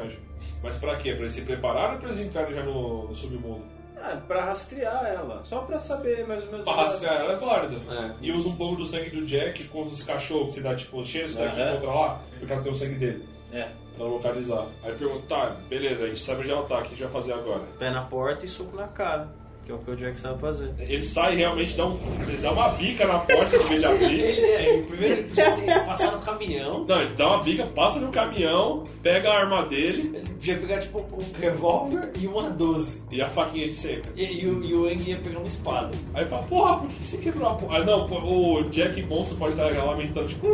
Speaker 4: Mas pra quê? Pra eles se prepararem ou pra eles entrarem já no, no submundo?
Speaker 1: Ah, pra rastrear ela. Só pra saber mais ou menos.
Speaker 4: Pra rastrear ela é válido.
Speaker 2: É.
Speaker 4: E usa um pouco do sangue do Jack com os cachorros que se dá tipo cheio de sangue
Speaker 1: Aham.
Speaker 4: contra lá, porque ela tem o sangue dele.
Speaker 1: É,
Speaker 4: Pra localizar. Aí pergunta, tá, beleza, a gente sabe onde ela tá, o que a gente vai fazer agora?
Speaker 1: pé na porta e soco na cara. Que é o que o Jack sabe *laughs* fazer.
Speaker 4: Ele sai e realmente, dá, um, ele dá uma bica na porta em vez de abrir.
Speaker 2: Ele é, primeiro ele podia ter passado no caminhão,
Speaker 4: Não, ele dá uma bica, passa no caminhão, pega a arma dele,
Speaker 2: ele podia pegar tipo um revólver e uma 12.
Speaker 4: E a faquinha de seca.
Speaker 2: E, e o- e o Wang ia pegar uma espada.
Speaker 4: Aí fala, porra, por que você quebrou a porra? Ah, não, o Jack Monstro pode estar lamentando, tipo,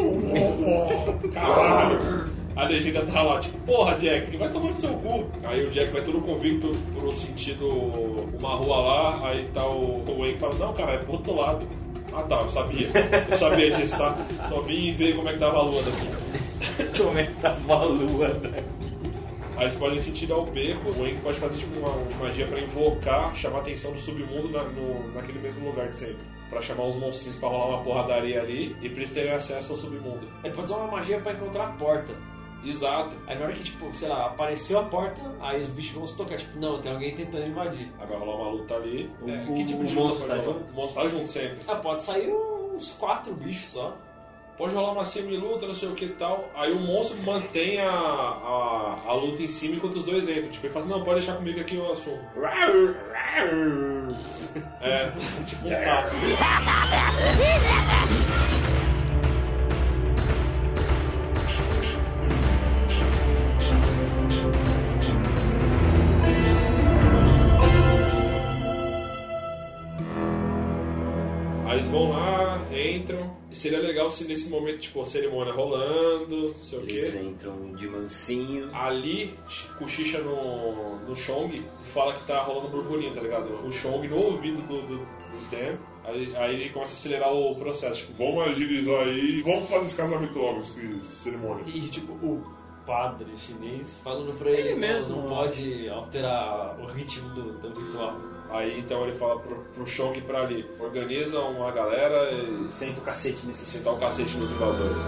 Speaker 4: oh, caralho. A legenda tá lá, tipo, porra, Jack, vai tomar no seu cu. Aí o Jack vai todo convicto pro sentido, uma rua lá, aí tá o, o Wayne fala, não, cara, é pro outro lado. Ah, tá, eu sabia. Eu sabia disso, tá? Só vim ver como é que tava a lua daqui.
Speaker 1: Como é que tava a lua, né?
Speaker 4: Aí eles podem se tirar o beco, o Wayne pode fazer tipo uma, uma magia pra invocar, chamar a atenção do submundo na, no- naquele mesmo lugar de sempre. Pra chamar os monstrinhos pra rolar uma porradaria ali e pra eles terem acesso ao submundo.
Speaker 2: Ele pode usar uma magia pra encontrar a porta.
Speaker 4: Exato.
Speaker 2: Aí na hora que, tipo, sei lá, apareceu a porta, aí os bichos vão se tocar, tipo, não, tem alguém tentando invadir.
Speaker 4: Aí vai rolar uma luta ali.
Speaker 1: O-
Speaker 4: É,
Speaker 1: o-
Speaker 4: que tipo de
Speaker 1: o
Speaker 4: luta
Speaker 1: monstro
Speaker 4: pode
Speaker 1: tá
Speaker 4: rolar?
Speaker 1: junto?
Speaker 4: O monstro tá junto sempre.
Speaker 2: Ah, pode sair uns quatro bichos só.
Speaker 4: Pode rolar uma semi-luta, não sei o que e tal. Aí o monstro mantém a, a, a luta em cima enquanto os dois entram. Tipo, ele fala assim, não, pode deixar comigo aqui
Speaker 1: *laughs*
Speaker 4: eu assumo. É, *laughs* tipo um táxi. Aí eles vão lá, entram. E seria legal se nesse momento, tipo, a cerimônia rolando, não sei o
Speaker 1: Eles
Speaker 4: quê.
Speaker 1: entram de mansinho.
Speaker 4: Ali, cochicha no, no Chong e fala que tá rolando burburinho, tá ligado? O Chong no ouvido do, do, do Dan. Aí, aí ele começa a acelerar o processo. Tipo,
Speaker 7: Vamos agilizar aí. Vamos fazer esse casamento logo, esse cerimônia.
Speaker 2: E, tipo, o padre chinês falando pra ele,
Speaker 1: Ele
Speaker 2: não,
Speaker 1: mesmo,
Speaker 2: não
Speaker 1: né?
Speaker 2: pode alterar o ritmo do, do ritual.
Speaker 4: aí então ele fala pro, pro Chong pra ali: organiza uma galera e
Speaker 1: Senta o cacete nesse
Speaker 4: sentar o cacete nos invasores.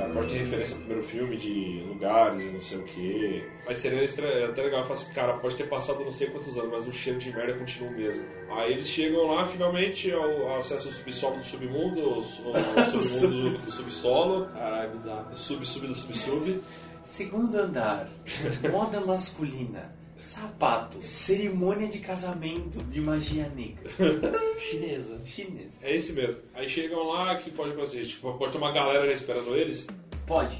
Speaker 4: A parte de referência ao primeiro filme, de lugares e não sei o que. Mas seria estra- é até legal, falar assim, cara, pode ter passado não sei quantos anos, mas o cheiro de merda continua o mesmo. Aí eles chegam lá, finalmente, ao, ao acesso ao subsolo do submundo, ao, su- ao submundo do, do subsolo,
Speaker 2: Caralho, bizarro.
Speaker 4: sub-sub do sub-sub.
Speaker 1: Segundo andar, moda masculina. Sapato, cerimônia de casamento de magia negra.
Speaker 9: Chinesa.
Speaker 1: Chinesa.
Speaker 4: É esse mesmo. Aí chegam lá, que pode acontecer? Tipo, pode ter uma galera esperando eles.
Speaker 1: Pode.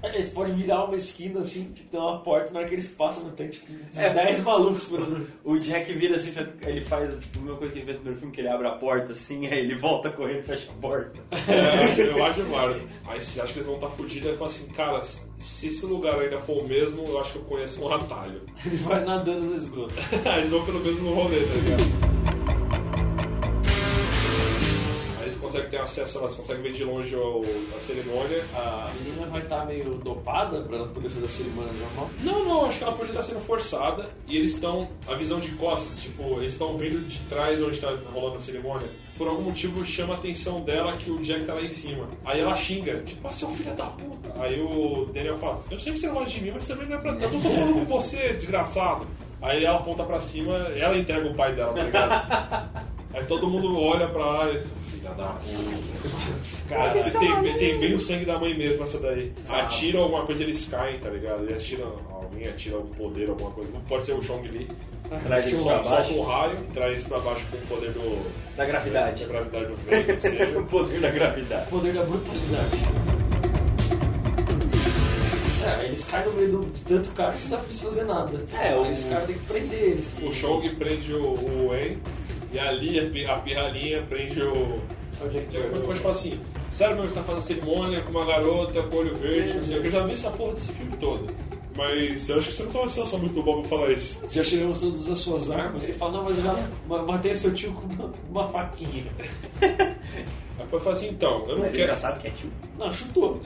Speaker 2: Eles podem virar uma esquina assim, tipo, tem uma porta, na hora que eles passam, não tem tipo uns 10 malucos por
Speaker 1: O Jack vira assim, ele faz tipo, a mesma coisa que ele fez no primeiro filme, que ele abre a porta assim, aí ele volta correndo e fecha a porta.
Speaker 4: É, *laughs* eu acho claro. Aí você acha que eles vão estar fudidos e fala assim, cara, se esse lugar ainda for o mesmo, eu acho que eu conheço um atalho. *laughs*
Speaker 2: Ele vai nadando no esgoto.
Speaker 4: Aí eles vão pelo mesmo rolê, tá ligado? Aí eles conseguem ter acesso, elas conseguem ver de longe o- a cerimônia.
Speaker 2: A menina vai estar meio dopada pra ela poder fazer a cerimônia normal.
Speaker 4: Não, não, acho que ela pode estar sendo forçada e eles estão. A visão de costas, tipo, eles estão vendo de trás onde está rolando a cerimônia. Por algum motivo chama a atenção dela que o Jack tá lá em cima. Aí ela xinga, tipo, ah, seu filho da puta. Aí o Daniel fala, eu sei que você não gosta de mim, mas também não é pra tanto. Eu tô falando com você, desgraçado. Aí ela aponta pra cima, ela entrega o pai dela, tá ligado? Aí todo mundo olha pra lá e. Filha da puta. Cara, tem, tem bem o sangue da mãe mesmo essa daí. Atira alguma coisa, eles caem, tá ligado? Eles atiram, alguém atira algum poder, alguma coisa. Não pode ser o Chong Li.
Speaker 1: Traz eles pra
Speaker 4: Solta o
Speaker 1: baixo.
Speaker 4: raio, traz eles pra baixo com o poder do,
Speaker 1: Da gravidade.
Speaker 4: da gravidade do vento, ou seja.
Speaker 1: *laughs* O poder da gravidade.
Speaker 2: O poder da brutalidade. É, eles caem no meio do, de tanto cara que não dá pra eles fazer nada.
Speaker 1: É, o-
Speaker 2: Aí os caras têm que prender eles.
Speaker 4: O Chong prende o, o Wen e ali a, pi- a pirralhinha prende o.
Speaker 2: Onde é
Speaker 4: De alguma
Speaker 2: vai?
Speaker 4: coisa fala assim, sério mesmo, você tá fazendo cerimônia com uma garota com olho verde, não sei o que, eu já vi essa porra desse filme todo. Mas eu acho que você não tá uma situação muito boa pra falar isso.
Speaker 2: Já tiramos todas as suas armas. Ele fala, não, mas eu já ma- matei seu tio com uma, uma faquinha.
Speaker 4: Aí depois fala assim, então, eu não
Speaker 1: Mas ele já
Speaker 4: quero.
Speaker 1: sabe que é tio.
Speaker 2: Não, chutou.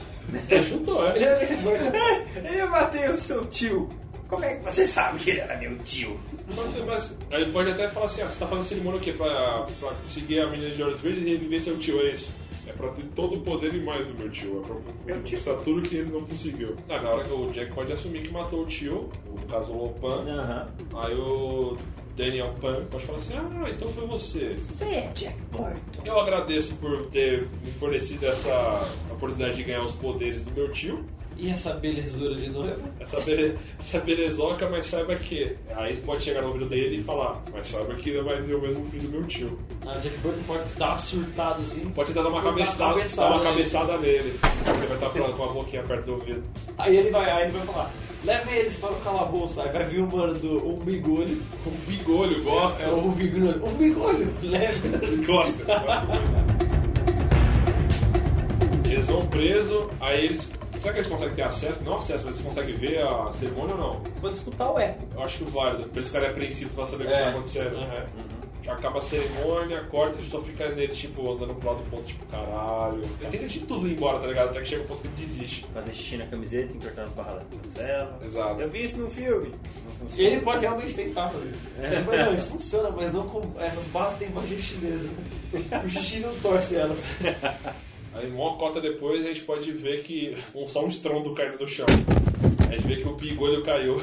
Speaker 4: Ele chutou, *laughs* é.
Speaker 1: *laughs* Ele ia bater o seu tio. Como é que você sabe que ele era meu tio?
Speaker 4: Pode ser, Mas aí ele pode até falar assim, ah, você tá fazendo cerimônia o quê? Pra, pra conseguir a menina de olhos verdes e reviver seu tio, é isso? É pra ter todo o poder e mais do meu tio. É pra
Speaker 1: Meu tio.
Speaker 4: conquistar tudo que ele não conseguiu. Ah, na hora que o Jack pode assumir que matou o tio, no caso o Lopan,
Speaker 1: Aham.
Speaker 4: aí o Daniel Pan pode falar assim, ah, então foi você.
Speaker 1: Você é Jack Burton.
Speaker 4: Eu agradeço por ter me fornecido essa oportunidade de ganhar os poderes do meu tio.
Speaker 2: E essa belezura de noiva?
Speaker 4: Essa, bele, essa belezoca, mas saiba que. Aí pode chegar no ouvido dele e falar, mas saiba que vai ter o mesmo filho do meu tio.
Speaker 2: A Jack Burton pode dar uma surtada assim.
Speaker 4: Pode tentar dar uma
Speaker 2: Dar uma
Speaker 4: cabeçada,
Speaker 2: cabeçada né?
Speaker 4: dar uma
Speaker 2: nele.
Speaker 4: cabeçada nele. Ele vai estar pra- com a boquinha perto do ouvido.
Speaker 2: Aí ele vai, aí ele vai falar, leve eles para o calabouço. Aí vai vir o mano do um bigolho.
Speaker 4: Um bigolho, gosta.
Speaker 2: É um bigolho. Um bigolho, leve. *laughs*
Speaker 4: Gosta, gosta muito. Eles vão preso, aí eles. Será que eles conseguem ter acesso? Não acesso, mas eles conseguem ver a cerimônia ou não?
Speaker 1: Pode escutar o eco.
Speaker 4: Eu acho que válido, pra esse cara é apreensivo pra saber o que
Speaker 1: É.
Speaker 4: tá acontecendo. Uhum. Acaba a cerimônia, corta e só fica nele, tipo, andando pro lado do ponto, tipo, caralho. Ele tenta de tudo ir embora, tá ligado? Até que chega um ponto que ele desiste.
Speaker 1: Fazer xixi na camiseta, entortar as barraletas na cela.
Speaker 4: Exato.
Speaker 1: Eu vi isso num filme. Não funciona.
Speaker 2: Ele pode realmente tentar fazer isso. É, Mas não, isso funciona, mas não com. Essas barras têm magia chinesa. O xixi não torce elas.
Speaker 4: Aí, uma cota depois, a gente pode ver que um só um estrondo caindo do chão. A gente vê que o bigolho caiu.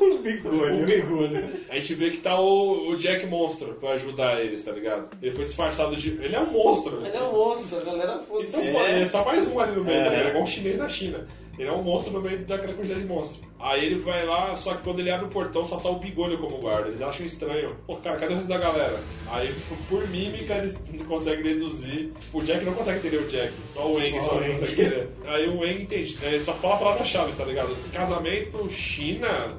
Speaker 1: Um bigolho.
Speaker 2: Um bigolho.
Speaker 4: A gente vê que tá o, o Jack Monstro pra ajudar eles, tá ligado? Ele foi disfarçado de. Ele é um monstro.
Speaker 2: Ele é um monstro, a galera foda
Speaker 4: Então,
Speaker 1: É.
Speaker 4: pô, ele é só mais um ali no meio,
Speaker 1: É.
Speaker 4: né? Ele é igual um chinês na China. Ele é um monstro no meio daquela quantidade de monstro. Aí ele vai lá, só que quando ele abre o portão, só tá o bigolho como guarda. Eles acham estranho. Pô, cara, cadê o resto da galera? Aí, por mímica, eles não conseguem deduzir. O Jack não consegue entender o Jack. Só o Wang
Speaker 2: Só
Speaker 4: só,
Speaker 2: o Wang.
Speaker 4: consegue entender. Aí o Wang entende. né? Ele só fala a palavra-chave, tá ligado? Casamento, China,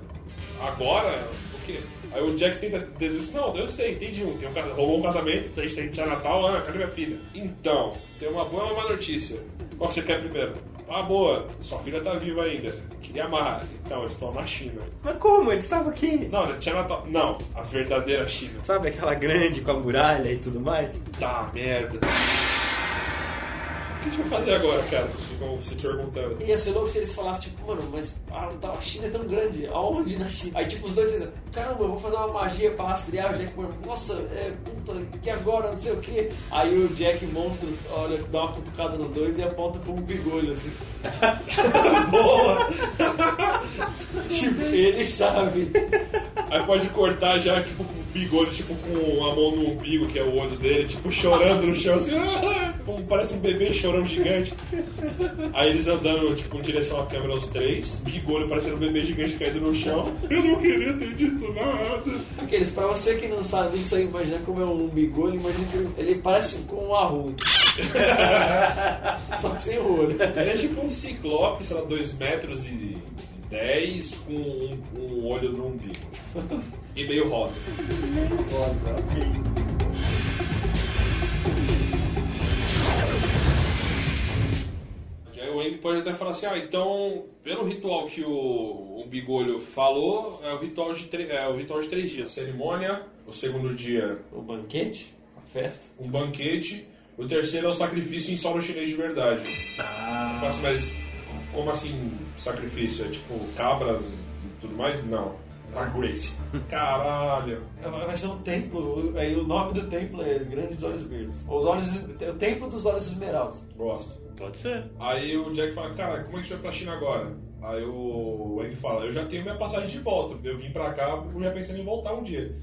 Speaker 4: agora? O quê? Aí o Jack tenta deduzir, não, eu sei, entendi. Tem um, cas- rolou um casamento, a gente tem que tirar Natal, Ana, cadê minha filha? Então, tem uma boa e uma má notícia. Qual que você quer primeiro? Ah, boa, sua filha tá viva ainda. Queria amarrar. Então, eles estão na China.
Speaker 1: Mas como? Ele estava aqui.
Speaker 4: Não, já tinha Natal. Não, a verdadeira China.
Speaker 1: Sabe aquela grande com a muralha e tudo mais?
Speaker 4: Tá, merda. O que a gente vai fazer agora, cara? Ficam se perguntando.
Speaker 2: Ia ser louco se eles falassem, tipo, mano, mas a, tá- a China é tão grande, aonde na China? Aí, tipo, os dois dizem, caramba, eu vou fazer uma magia pra rastrear o Jack Monstro. Nossa, é puta, que agora, não sei o que. Aí o Jack Monstro, olha, dá uma cutucada nos dois e aponta com um bigolho, assim. *laughs*
Speaker 4: Boa!
Speaker 2: Tipo, ele sabe.
Speaker 4: Aí pode cortar já, tipo, com bigolho, tipo, com a mão no umbigo, que é o olho dele, tipo, chorando no chão, assim, *laughs* como parece um bebê chorão gigante. Aí eles andando, tipo, em direção à câmera, os três, bigolho parecendo um bebê gigante caído no chão. Eu não queria ter dito nada.
Speaker 2: Aqueles, pra você que não sabe, não consegue imaginar como é um bigolho, imagina que ele parece com um arrudo. *laughs* Só que sem o olho.
Speaker 4: Ele é tipo um ciclope, sei lá, 2 metros e 10 com um, um olho no umbigo. *laughs* e meio rosa. Aí o Eng pode até falar assim, ah, então, pelo ritual que o, o Bigolho falou, é o ritual, de tre- é o ritual de três dias. Cerimônia, o segundo dia
Speaker 2: O banquete? A festa?
Speaker 4: um banquete, o terceiro é o sacrifício em solo chinês de verdade.
Speaker 1: Ah.
Speaker 4: Eu falo assim, mas como assim sacrifício? É tipo cabras e tudo mais? Não. A
Speaker 1: *laughs*
Speaker 4: Grace. Caralho.
Speaker 2: Vai ser um templo, aí o nome do templo é Grandes Olhos Verdes. Os olhos, o templo dos olhos esmeraldas.
Speaker 4: Gosto.
Speaker 1: Pode ser.
Speaker 4: Aí o Jack fala, cara, como é que a gente vai pra China agora? Aí o Wang fala, eu já tenho minha passagem de volta. Eu vim pra cá já pensando em voltar um dia.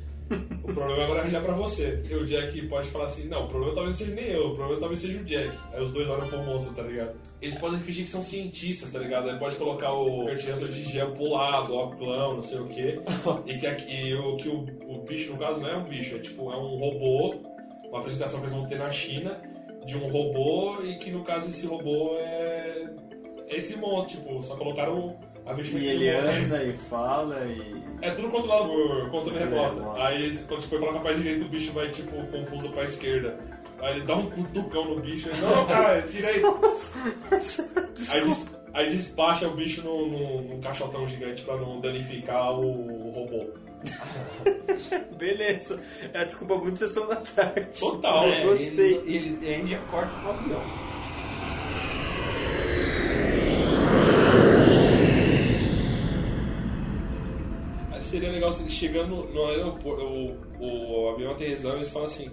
Speaker 4: O problema agora é arranjar pra você. E o Jack pode falar assim, não, o problema talvez seja nem eu, o problema talvez seja o Jack. Aí os dois olham pro monstro, tá ligado? Eles podem fingir que são cientistas, tá ligado? Aí pode colocar o Kurt Russell de gel pro lado, o plano, não sei o *laughs* quê. E que, aqui- e o, que o, o bicho, no caso, não é um bicho, é tipo, é um robô uma apresentação que eles vão ter na China de um robô e que no caso esse robô é, é esse monstro, tipo, só colocaram a
Speaker 1: E
Speaker 4: vestimenta
Speaker 1: ele
Speaker 4: do monstro.
Speaker 1: anda e fala e.
Speaker 4: É tudo controlado por controle
Speaker 1: Ele é
Speaker 4: remoto.
Speaker 1: remoto.
Speaker 4: Aí eles- quando tipo, coloca pra direita o bicho vai tipo confuso pra esquerda. Aí ele dá um cutucão no bicho, ele, não, cara, direito. aí, des- aí despacha o bicho num, num- num caixotão gigante pra não danificar o robô.
Speaker 1: Beleza. É desculpa muito sessão da tarde.
Speaker 4: Total,
Speaker 1: É,
Speaker 4: né?
Speaker 1: Gostei.
Speaker 2: E ele, e ele já corta pro avião.
Speaker 4: Aí seria legal se chegando no aeroporto, o, o avião aterrissando, eles falam assim: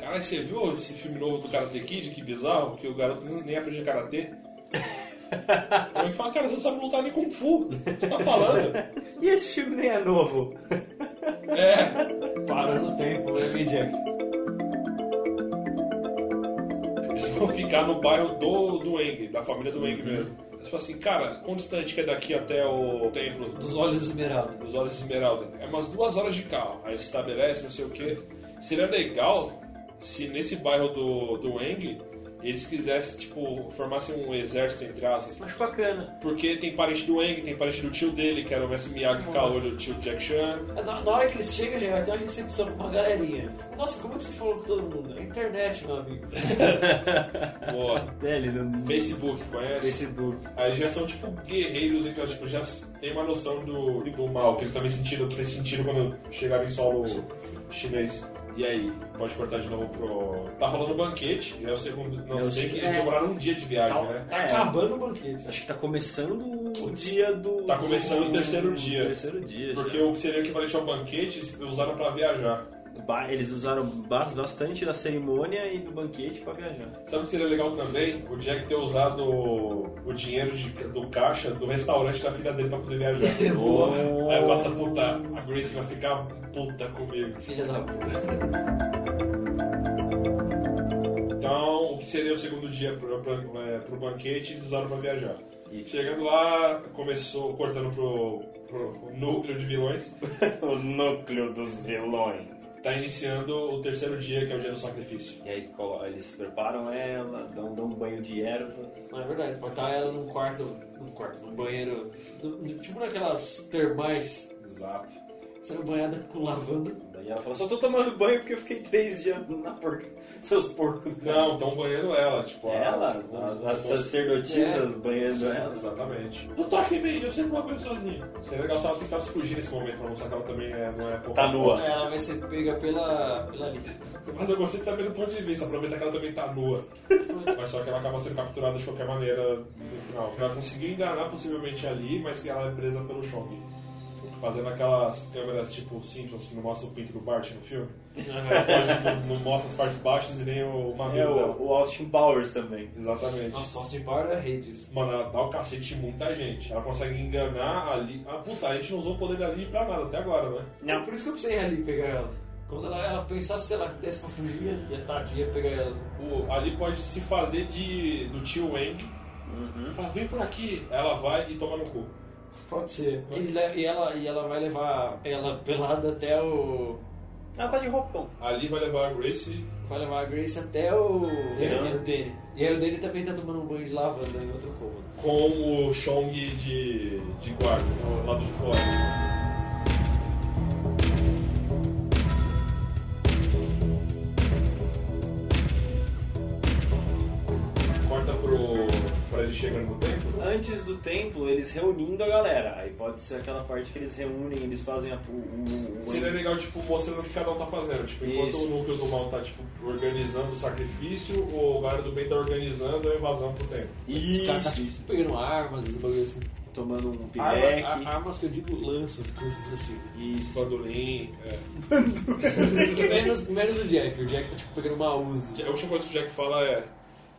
Speaker 4: Cara, você viu esse filme novo do Karate Kid? Que bizarro, que o garoto nem, nem aprende karatê. Aí ele fala: Cara, você não sabe lutar nem Kung Fu, o que você tá falando?
Speaker 1: E esse filme nem é novo.
Speaker 4: É,
Speaker 2: Para no tempo, né, Big Jack?
Speaker 4: eles vão ficar no bairro do, do Eng, da família do Eng mesmo. Eles falam assim: Cara, quão distante que é daqui até o templo?
Speaker 2: Dos olhos esmeraldas.
Speaker 4: os olhos de esmeralda. É umas duas horas de carro. Aí ele estabelece, não sei o que. Seria legal se nesse bairro do, do Eng eles quisessem, tipo, formassem um exército entre aspas.
Speaker 2: Acho bacana.
Speaker 4: Porque tem parente do Eng, tem parente do tio dele, que era o Mestre Miyagi Kaori, o tio Jack Chan.
Speaker 2: Na, na hora que eles chegam, já vai ter uma recepção com uma galerinha. Nossa, como é que você falou com todo mundo? É internet, meu amigo.
Speaker 1: *laughs*
Speaker 4: Boa.
Speaker 1: É, ele não.
Speaker 4: Facebook, conhece?
Speaker 1: Facebook.
Speaker 4: Aí já são tipo guerreiros, então tipo, já tem uma noção do, do mal que eles também sentiram, que eles sentiram quando chegaram em solo chinês. E aí, pode cortar de novo pro. Tá rolando um banquete, é o segundo. Não,
Speaker 1: É o
Speaker 4: se bem que eles
Speaker 1: é.
Speaker 4: demoraram um dia de viagem,
Speaker 1: Tal-
Speaker 4: né?
Speaker 2: Tá
Speaker 1: É.
Speaker 2: acabando o banquete.
Speaker 1: Acho que tá começando o dia do.
Speaker 4: Tá começando o terceiro
Speaker 1: do-
Speaker 4: dia.
Speaker 1: Terceiro dia.
Speaker 4: Porque
Speaker 1: já.
Speaker 4: o que seria equivalente ao banquete, eles usaram pra viajar.
Speaker 1: Ba- Eles usaram ba- bastante da cerimônia e do banquete pra viajar.
Speaker 4: Sabe o que seria legal também? O Jack ter usado o o dinheiro de- do caixa do restaurante da filha dele pra poder
Speaker 1: *laughs*
Speaker 4: viajar.
Speaker 1: Boa.
Speaker 4: Aí passa puta, a Grace vai ficar puta comigo.
Speaker 2: Filha da puta.
Speaker 4: Então, o que seria o segundo dia pro, pro, é, pro banquete, eles usaram pra viajar.
Speaker 1: E-
Speaker 4: Chegando lá, começou cortando pro, pro núcleo de vilões.
Speaker 1: *laughs* o núcleo dos vilões.
Speaker 4: Tá iniciando o terceiro dia, que é o dia do sacrifício.
Speaker 1: E aí colo- eles se preparam ela, dão, dão um banho de ervas.
Speaker 2: Não, é verdade. Botar ela num quarto, num quarto, num banheiro. no- tipo naquelas termais
Speaker 4: Exato.
Speaker 2: sendo banhada com lavanda.
Speaker 1: Daí ela fala, só tô tomando banho porque eu fiquei três dias na porca. Seus porcos.
Speaker 4: Não, estão banhando ela, tipo. a-
Speaker 1: Ela? As,
Speaker 4: os-
Speaker 1: as
Speaker 4: os-
Speaker 1: sacerdotisas banhando ela.
Speaker 4: Exatamente. Não toque em mim, eu sempre uma coisa sozinha. Seria legal se ela tentasse fugir nesse momento pra mostrar que ela também é, não é pouco.
Speaker 1: Tá nua.
Speaker 2: Ela vai ser pega pela, pela linha.
Speaker 4: Mas eu gostei também do ponto de vista, aproveitar que ela também tá nua. Mas só que ela acaba sendo capturada de qualquer maneira no final. Ela conseguiu enganar possivelmente ali, mas que ela é presa pelo Chong. Fazendo aquelas câmeras tipo Simpsons que não mostra o pinto do Bart no filme. Ela pode- não, não mostra as partes baixas e nem o
Speaker 1: É
Speaker 4: mamilo dela.
Speaker 1: o, o Austin Powers também.
Speaker 4: Exatamente.
Speaker 2: Nossa, sócio de bar é redes.
Speaker 4: Mano, ela dá o cacete em muita gente. Ela consegue enganar ali. Ah, puta, a gente não usou o poder da Lily pra nada até agora, né?
Speaker 2: Não, por isso que eu precisei ali pegar ela. Quando ela, ela pensasse se ela desse pra fugir, ia tadinha ia pegar ela.
Speaker 4: O- ali pode se fazer de do tio Wang. Fala, vem por aqui. Ela vai e toma no cu.
Speaker 2: Pode ser. E, le- e ela, e ela vai levar ela pelada até o.
Speaker 1: Ela tá de roupão.
Speaker 4: Ali vai levar a Grace.
Speaker 2: Vai levar a Grace até o.
Speaker 1: Dene.
Speaker 2: E o Danny. E aí o Danny também tá tomando um banho de lavanda em outro cômodo.
Speaker 4: com o Chong de, de guarda, do lado de fora. Corta pro. pra ele chegar no né? templo.
Speaker 1: Antes do templo, eles reunindo a galera. Aí pode ser aquela parte que eles reúnem, eles fazem a, o, o, o-
Speaker 4: Seria legal, tipo, mostrando o que cada um tá fazendo. Tipo, enquanto
Speaker 1: Isso.
Speaker 4: o núcleo do mal tá, tipo, organizando o sacrifício, o galera do bem tá organizando a invasão pro templo.
Speaker 2: Os caras tá, Ah,
Speaker 1: Isso,
Speaker 2: tipo,
Speaker 1: isso.
Speaker 2: pegando armas, esses bagulho assim.
Speaker 1: Tomando um
Speaker 2: Arma-
Speaker 1: pileque.
Speaker 2: a- armas que eu digo lanças, coisas assim. *laughs*
Speaker 1: Isso.
Speaker 4: Bandolim. É.
Speaker 2: menos, menos o Jack. O Jack tá tipo pegando uma Uzi.
Speaker 4: A última coisa que o Jack fala é: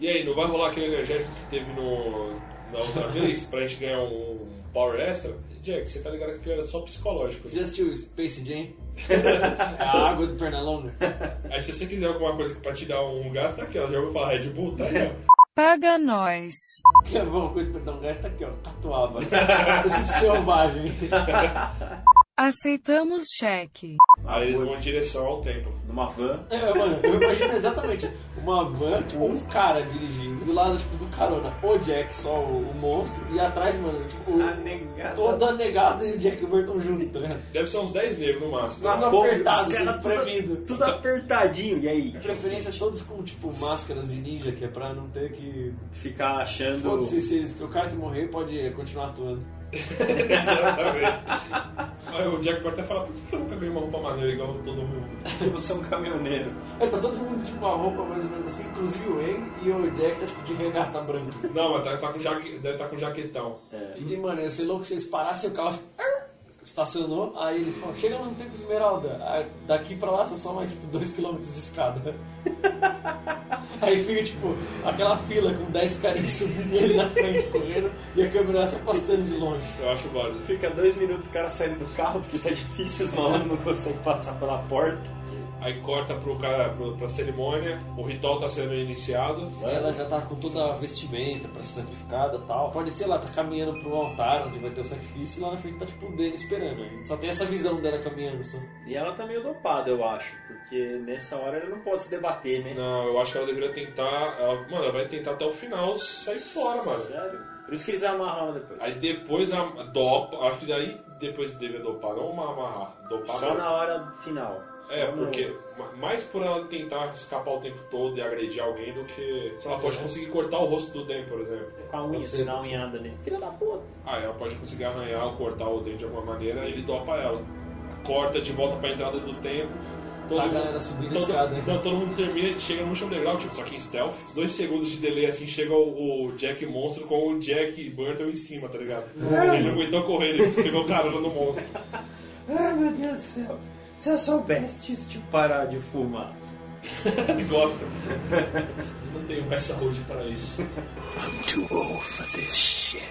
Speaker 4: E aí, não vai rolar aquele energético que teve no, na
Speaker 1: *laughs*
Speaker 4: outra vez pra gente ganhar um power extra? Jack, você tá ligado que aquilo era só psicológico.
Speaker 2: Você já assistiu Space Jam? *laughs* É a água do Pernalonga?
Speaker 4: Aí, se você quiser alguma coisa pra te dar um gás, tá aqui, ó. Já vou falar Red Bull, tá aí,
Speaker 1: *laughs*
Speaker 4: ó.
Speaker 8: Paga nós.
Speaker 2: Tem alguma coisa pra dar um gás? Tá aqui, ó. Catuaba. Esse selvagem.
Speaker 8: Aceitamos cheque.
Speaker 1: Ah,
Speaker 4: Aí eles vão em direção ao templo.
Speaker 1: Numa van.
Speaker 2: É, mano, eu imagino exatamente uma van, tipo, um cara dirigindo, do lado, tipo, do carona, o Jack, só o, o monstro, e atrás, mano, tipo, o-
Speaker 1: A negada.
Speaker 2: toda negada e o Jack e o Burton junto, tá ligado?
Speaker 4: Deve ser uns 10 negros no máximo.
Speaker 2: Tá.
Speaker 1: Como?
Speaker 2: apertado,
Speaker 1: Os caras tudo-
Speaker 2: espremido.
Speaker 1: Tudo, apertadinho. E aí?
Speaker 2: De preferência, todos com, tipo, máscaras de ninja, que é pra não ter que...
Speaker 1: Ficar achando.
Speaker 2: Foda-se, se eles- que o cara que morrer pode continuar atuando.
Speaker 4: Exatamente. Aí o Jack pode até falar: Por que eu nunca ganhei uma roupa maneira igual todo mundo?
Speaker 1: que você é um caminhoneiro.
Speaker 2: É, tá todo mundo, tipo, com uma roupa mais ou menos assim, inclusive o Wayne e o Jack tá, tipo, de regata branca.
Speaker 4: Não, mas tá, tá com jaque, deve estar tá com jaquetão.
Speaker 2: E, mano, eu sei louco, se eles parassem o carro, *laughs* tipo, "Arr!", estacionou, aí eles falam, chegamos no Tempo Esmeralda, aí daqui pra lá são só mais, tipo, 2km de escada. *laughs* aí fica, tipo, aquela fila com 10 carinhas subindo e ele na frente correndo, e a câmera se afastando de longe.
Speaker 4: Eu acho válido.
Speaker 1: Fica dois minutos o cara saindo do carro porque tá difícil, os malandros não conseguem passar pela porta.
Speaker 4: Aí corta pro cara, pro, pra cerimônia. O ritual tá sendo iniciado.
Speaker 2: Ela já tá com toda a vestimenta pra ser sacrificada e tal. Pode, sei lá, tá caminhando pro altar onde vai ter o sacrifício e lá na frente tá, tipo, o dele esperando. Aí Só tem essa visão dela caminhando, só.
Speaker 1: E ela tá meio dopada, eu acho. Porque nessa hora ela não pode se debater, né?
Speaker 4: Não, eu acho que ela deveria tentar. Ela, mano, ela vai tentar até o final sair fora, mano.
Speaker 1: Sério? Por isso que eles amarram ela depois.
Speaker 4: Aí depois a dopa. Acho que daí depois deve dopar, não uma amarrar. Dopar
Speaker 1: Só
Speaker 4: mas-
Speaker 1: na hora final.
Speaker 4: É,
Speaker 1: Só no-
Speaker 4: porque. ma- Mais por ela tentar escapar o tempo todo e agredir alguém do que. Se ela pode
Speaker 1: né?
Speaker 4: conseguir cortar o rosto do Dan, por exemplo.
Speaker 1: Com a unha,
Speaker 2: Pode ser,
Speaker 1: você dá uma
Speaker 2: pode ser.
Speaker 1: unhada nele. Filha da puta.
Speaker 4: Ah, ela pode conseguir arranhar ou cortar o Dan de alguma maneira, ele dopa ela. Corta de volta pra entrada do templo. Todo
Speaker 2: Tá a
Speaker 4: mundo-
Speaker 2: galera subindo a escada,
Speaker 4: Todo,
Speaker 2: né?
Speaker 4: então, todo mundo termina, chega no último degrau, tipo, só que em stealth. Dois segundos de delay, assim, chega o, o Jack monstro com o Jack Burton em cima, tá ligado? Ele não aguentou correr, ele pegou carona no monstro.
Speaker 1: Ai, Ah, meu Deus do céu. Se eu soubesse de parar de fumar.
Speaker 4: Ele gosta. Não tenho mais saúde pra isso.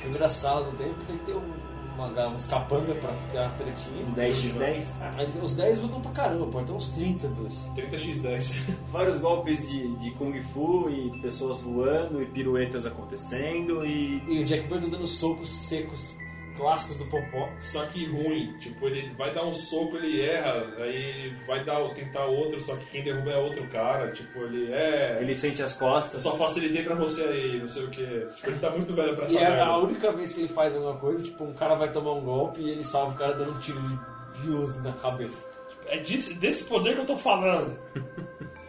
Speaker 2: Primeira sala do tempo tem que ter um, uma, ga- uns capanga pra dar uma tretinha.
Speaker 1: Um 10x10.
Speaker 2: Ah, mas Os 10 lutam pra caramba, pode ter uns 30 dos.
Speaker 4: 30x10.
Speaker 1: Vários golpes de, de Kung Fu e pessoas voando e piruetas acontecendo e.
Speaker 2: E o Jack Burton dando socos secos clássicos do Popó.
Speaker 4: Só que ruim. Tipo, ele vai dar um soco, ele erra. Aí ele vai dar, tentar outro, só que quem derruba é outro cara. Tipo, ele é.
Speaker 1: Ele sente as
Speaker 4: Eu
Speaker 1: costas.
Speaker 4: só facilitei pra você aí, não sei o que. Tipo, ele tá muito velho pra essa
Speaker 2: E é
Speaker 4: merda.
Speaker 2: a única vez que ele faz alguma coisa, tipo, um cara vai tomar um golpe e ele salva o cara dando um tiro de 12 na cabeça.
Speaker 4: É disso- desse poder que eu tô Tá falando.
Speaker 2: *laughs*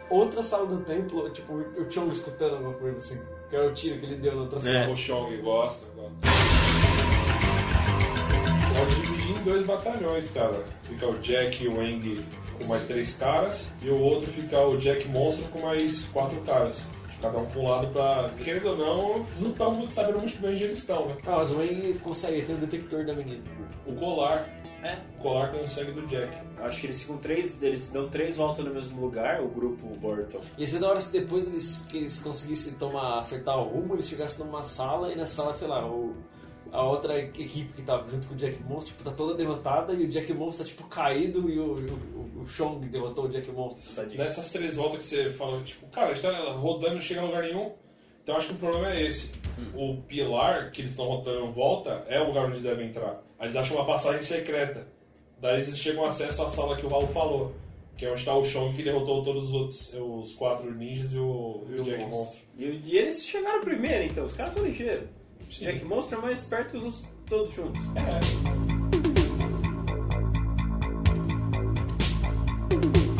Speaker 2: Outra sala do templo, tipo, o Chong escutando alguma coisa assim. Que era o tiro que ele deu na outra sala.
Speaker 4: É. O Chong gosta, gosta. Pode dividir em dois batalhões, cara. Fica o Jack e o Eng com mais três caras, e o outro fica o Jack Monstro com mais quatro caras. Cada um pra um lado pra. Querendo ou não, não estão muito sabendo muito bem onde eles estão, né?
Speaker 2: Ah, mas o Wayne consegue, tem o detector da menina.
Speaker 4: O colar.
Speaker 1: É.
Speaker 4: O colar com o sangue do Jack.
Speaker 1: Acho que eles ficam três. Eles dão três voltas no mesmo lugar, o grupo Burton.
Speaker 2: Ia ser da hora se depois eles, que eles conseguissem tomar, acertar o rumo, eles chegassem numa sala e na sala, sei lá, o, o a outra equipe que tá junto com o Jack Monster, tipo, tá toda derrotada e o Jack Monster tá, tipo, caído e o, o, o Chong derrotou o Jack Monster.
Speaker 1: Tadinho.
Speaker 4: Nessas três voltas que você falou, tipo, cara, a gente tá rodando e não chega a lugar nenhum. Então acho que o problema é esse. O pilar que eles estão rodando volta é o lugar onde devem entrar. Aí eles acham uma passagem secreta. Daí eles chegam acesso à sala que o Raul falou, que é onde está o Shong que derrotou todos os outros, eh, os quatro ninjas e o, e o
Speaker 2: E o
Speaker 4: Jack
Speaker 2: monstro.
Speaker 4: Monstro.
Speaker 1: E, e eles chegaram primeiro, então. Os caras são ligeiros. Jack Monster é mais esperto que os outros todos juntos.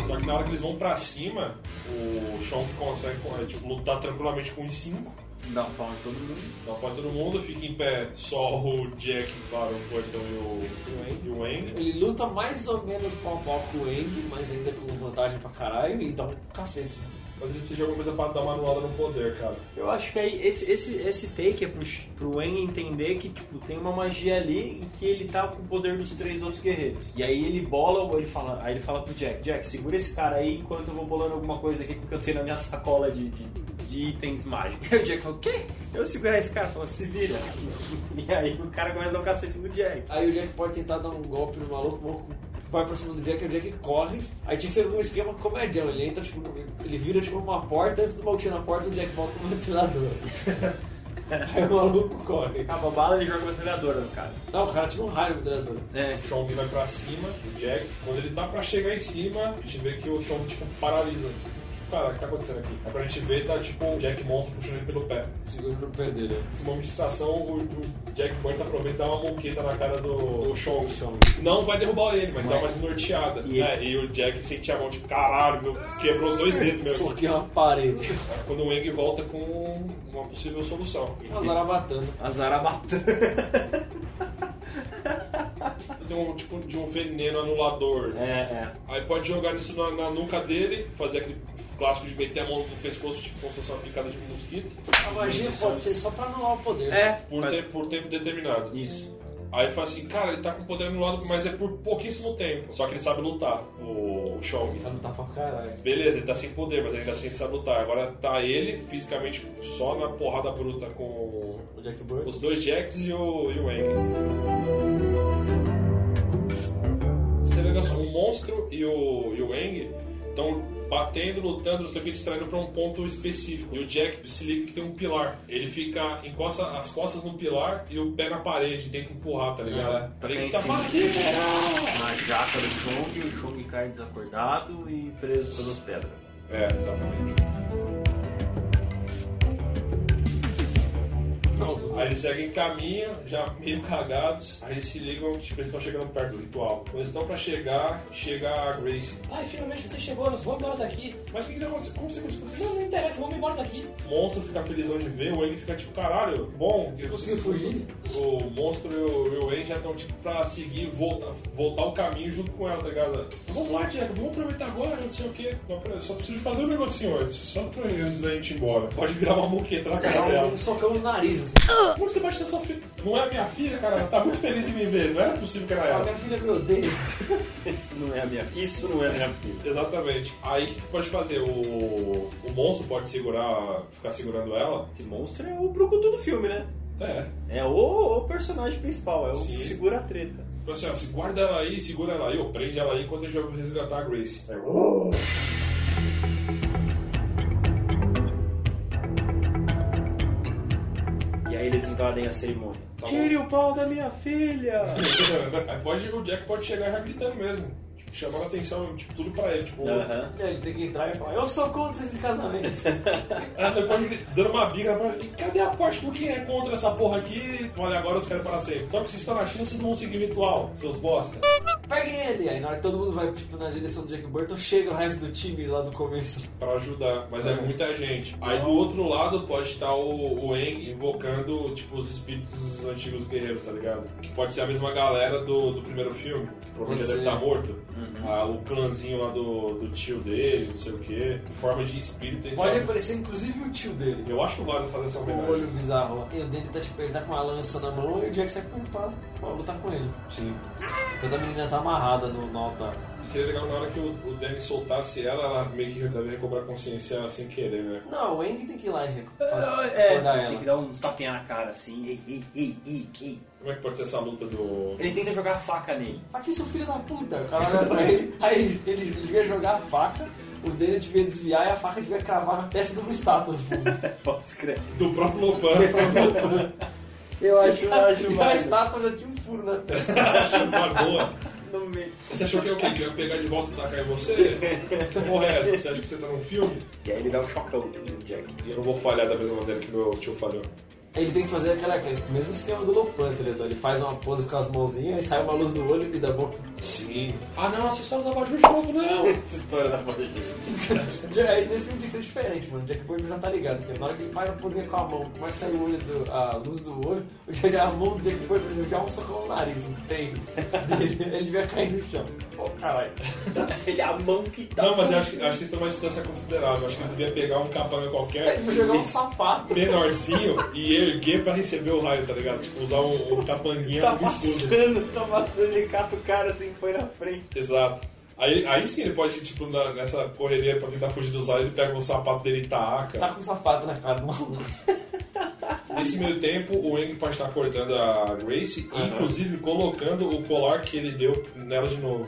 Speaker 4: Só que na hora que eles vão pra cima, o Shong consegue é, tipo, lutar tranquilamente com os cinco.
Speaker 2: Dá um pau em todo mundo.
Speaker 4: Dá pra todo mundo, fica em pé só o Jack para o portão e o, e o Wang.
Speaker 2: Ele luta mais ou menos pau a pau com o Eng, mas ainda com vantagem pra caralho e dá um cacete.
Speaker 4: Mas a gente precisa de alguma coisa pra dar uma anulada no poder, cara.
Speaker 1: Eu acho que aí esse, esse, esse take é pro, Sh- pro Wen entender que tipo, tem uma magia ali e que ele tá com o poder dos três outros guerreiros. E aí ele bola, ele fala, aí ele fala pro Jack, Jack, segura esse cara aí enquanto eu vou bolando alguma coisa aqui que eu tenho na minha sacola de, de, de itens mágicos. *laughs* Aí o Jack fala, o quê? Eu segurar esse cara? Fala, se vira. *laughs* E aí o cara começa a dar o cacete no Jack.
Speaker 2: Aí o Jack pode tentar dar um golpe no maluco, o maluco vai pra cima do Jack, o Jack corre. Aí tinha que ser um esquema comedião. Ele entra, tipo, ele vira tipo uma porta, antes do maluco tirar a porta, o Jack volta como ventilador. Aí o maluco corre.
Speaker 1: Acaba a bala, ele joga uma metralhadora no cara.
Speaker 2: Não, o cara tira um raio no ventilador.
Speaker 1: É,
Speaker 4: O Chong vai pra cima, o Jack. Quando ele tá pra chegar em cima, a gente vê que o Chong, tipo, paralisa. Tipo, cara, o que tá acontecendo aqui? Aí quando a gente vê, tá, tipo, o Jack Monstro puxando ele pelo pé.
Speaker 2: Segura no pé dele. né?
Speaker 4: Esse momento de distração, o, o Jack Burton aproveita e dá uma moqueta na cara do, do Chong.
Speaker 2: Chong.
Speaker 4: Não vai derrubar ele, mas dá uma desnorteada.
Speaker 1: E ele-
Speaker 4: É, e o Jack sente a mão, tipo, caralho, meu, quebrou dois dedos, meu.
Speaker 2: Soquei é uma parede.
Speaker 4: Aí Quando o Wang volta com uma possível solução.
Speaker 2: Uma zarabatana.
Speaker 1: a Zarabatan.
Speaker 4: Tem um tipo de um veneno anulador.
Speaker 1: É, é.
Speaker 4: Aí pode jogar isso na, na nuca dele, fazer aquele clássico de meter a mão no pescoço, tipo como se fosse uma picada de mosquito,
Speaker 2: A magia pode ser só pra anular o poder.
Speaker 1: É,
Speaker 4: por,
Speaker 1: mas-
Speaker 4: tempo, por tempo determinado.
Speaker 1: Isso.
Speaker 4: Aí fala assim, cara, ele tá com poder anulado, mas é por pouquíssimo tempo. Só que ele sabe lutar, o, o Shong.
Speaker 2: Isso não tá pra caralho.
Speaker 4: Beleza, ele tá sem poder, mas ainda assim ele sabe lutar. Agora tá ele, fisicamente, só na porrada bruta com
Speaker 2: O Jack Burr.
Speaker 4: os dois Jacks e o, e o Wang. Você vê só, o um monstro e o, e o Wang estão batendo, lutando, não sei o que, distraindo pra um ponto específico. E o Jack se liga que tem um pilar. Ele fica, encosta as costas no pilar e o pé na parede, tem que empurrar, tá ligado?
Speaker 1: Tá
Speaker 4: Ele
Speaker 1: bem
Speaker 4: tá
Speaker 1: em cima.
Speaker 4: batendo.
Speaker 1: Na jaca do Chong, o Chong cai desacordado e preso pelas pedras.
Speaker 4: É, exatamente.
Speaker 2: Não,
Speaker 4: Aí eles seguem caminho, já meio cagados. Aí eles se ligam, tipo, eles estão chegando perto do ritual. Quando eles estão pra chegar, chega a Grace.
Speaker 9: Ai, finalmente você chegou, nós vamos embora daqui.
Speaker 4: Mas o que que aconteceu? Como você conseguiu fazer isso?
Speaker 9: Não, não interessa, vamos embora daqui.
Speaker 4: O monstro fica felizão de ver, o Wayne fica tipo, caralho, bom, que
Speaker 2: Conseguiu fugir?
Speaker 4: O monstro e o, e o Wayne já estão tipo pra seguir, volta, voltar o caminho junto com ela, tá ligado? Vamos lá, Diego, vamos aproveitar agora, não sei o quê. Não, pera, só preciso fazer um negocinho antes, só pra eles da gente ir embora. Pode virar uma moqueta na cara
Speaker 2: Dá
Speaker 4: *laughs* dela.
Speaker 2: um socão no nariz, assim.
Speaker 4: Como você bate na sua filha? Não é minha filha, cara, ela tá muito feliz em me ver, não era possível que era
Speaker 2: A
Speaker 4: ela.
Speaker 2: minha filha me odeia.
Speaker 1: Isso não é a minha Isso não é a minha filha.
Speaker 4: Exatamente. Aí o que que pode fazer? O, o monstro pode segurar, ficar segurando ela?
Speaker 1: Esse monstro é o brucutu do filme, né?
Speaker 4: É.
Speaker 1: É o, o personagem principal, é o
Speaker 4: Sim.
Speaker 1: que segura a treta.
Speaker 4: Então assim, ó, se guarda ela aí, segura ela aí, ou prende ela aí enquanto a gente vai resgatar a Grace.
Speaker 1: E aí eles invadem a cerimônia.
Speaker 4: Tá bom.
Speaker 1: Tire o pau da minha filha!
Speaker 4: aí *laughs* pode, o Jack pode chegar já gritando mesmo. Tipo, chamando a atenção, tipo, tudo pra ele. Tipo,
Speaker 1: Aham.
Speaker 2: Ele tem que entrar e falar, eu sou contra esse casamento. *laughs*
Speaker 4: aí depois ele dando uma biga pra e cadê a parte por quem é contra essa porra aqui? Olha, agora os caras para sempre. Só que vocês estão na China, vocês não vão seguir o ritual, seus bosta.
Speaker 2: Peguem ele! Aí na hora que todo mundo vai tipo, na direção do Jack Burton, chega o resto do time lá do começo.
Speaker 4: Pra ajudar, mas é muita gente. Aí do outro lado pode estar o, o Eng invocando, tipo, os espíritos dos antigos guerreiros, tá ligado? Que pode ser a mesma galera do, do primeiro filme, que
Speaker 2: Pode
Speaker 4: provavelmente já deve
Speaker 2: ser. Uhum.
Speaker 4: estar morto. Ah, o clãzinho lá do, do tio dele, não sei o quê, em forma de espírito. então-
Speaker 2: Pode aparecer inclusive o tio dele.
Speaker 4: Eu acho válido fazer essa
Speaker 2: Com o
Speaker 4: homenagem.
Speaker 2: olho bizarro lá. E o dele tá tipo, ele tá com uma lança na mão e o Jack sai com um pau pra lutar com ele.
Speaker 4: Sim.
Speaker 2: Enquanto a menina tá amarrada no, no altar.
Speaker 4: E seria legal na hora que o, o Danny soltasse ela, ela meio que deve recobrar a consciência sem querer, né?
Speaker 2: Não, o Eng tem que ir lá e recu- fazer-
Speaker 1: É,
Speaker 2: acordar
Speaker 1: tem que
Speaker 2: ela.
Speaker 1: dar uns tapinha na cara assim. Ei, ei, ei, ei, ei.
Speaker 4: Como é que pode ser essa luta do.
Speaker 1: Ele tenta jogar a faca nele. *laughs*
Speaker 2: Aqui, seu filho da puta, o cara olha pra ele, *laughs* aí ele devia jogar a faca, o dele devia desviar e a faca devia cravar na testa de uma estátua. Tipo. *laughs*
Speaker 1: Pode escrever.
Speaker 4: do próprio Lopan? *laughs*
Speaker 1: Eu acho, eu *laughs* acho
Speaker 2: E *laughs* a estátua já tinha um furo na testa.
Speaker 4: Achei uma boa.
Speaker 1: No meio.
Speaker 4: Você achou que é o quê? Que eu ia pegar de volta e tacar em você? Que porra é essa? Você acha que você tá num filme?
Speaker 1: E aí ele dá um chocão no Jack.
Speaker 4: E eu não vou falhar da mesma maneira que meu tio falhou.
Speaker 2: Ele tem que fazer aquela, aquele mesmo esquema do Lopan, entendeu? Então, Ele faz uma pose com as mãozinhas, aí sai uma luz do olho e da boca.
Speaker 4: Sim. Ah não, essa história da Baju de novo, não!
Speaker 1: Essa história da Bajus.
Speaker 2: Já, aí nesse filme tem que ser diferente, mano. O Jack Boy já tá ligado, que na hora que ele faz a posinha com a mão, começa a sair o olho do, a luz do olho, *laughs* o Jack, a mão do Jack Boy já enfiar um socão no nariz, *laughs* entende? Ele, ele vai cair no chão. Pô, caralho.
Speaker 1: *laughs* Ele é a mão que dá.
Speaker 4: Não, mas eu acho, que- eu acho que isso tem uma distância considerável. Eu Acho que ele devia pegar um capanga
Speaker 2: Aí
Speaker 4: qualquer,
Speaker 2: ele vai jogar *laughs* um sapato.
Speaker 4: menorzinho, e erguer pra receber o raio, tá ligado? Tipo, usar um, um capanguinha
Speaker 1: Tá
Speaker 4: como escudo.
Speaker 1: passando, tá passando, ele cata o cara assim, põe na frente.
Speaker 4: Exato. Aí, aí sim ele pode, tipo, na- nessa correria pra tentar fugir dos raios, ele pega o sapato dele e taca.
Speaker 2: Tá com um sapato na cara do maluco.
Speaker 4: Tá. Nesse meio tempo, o Eng pode estar acordando a Grace,
Speaker 2: Aham.
Speaker 4: inclusive colocando o colar que ele deu nela de novo.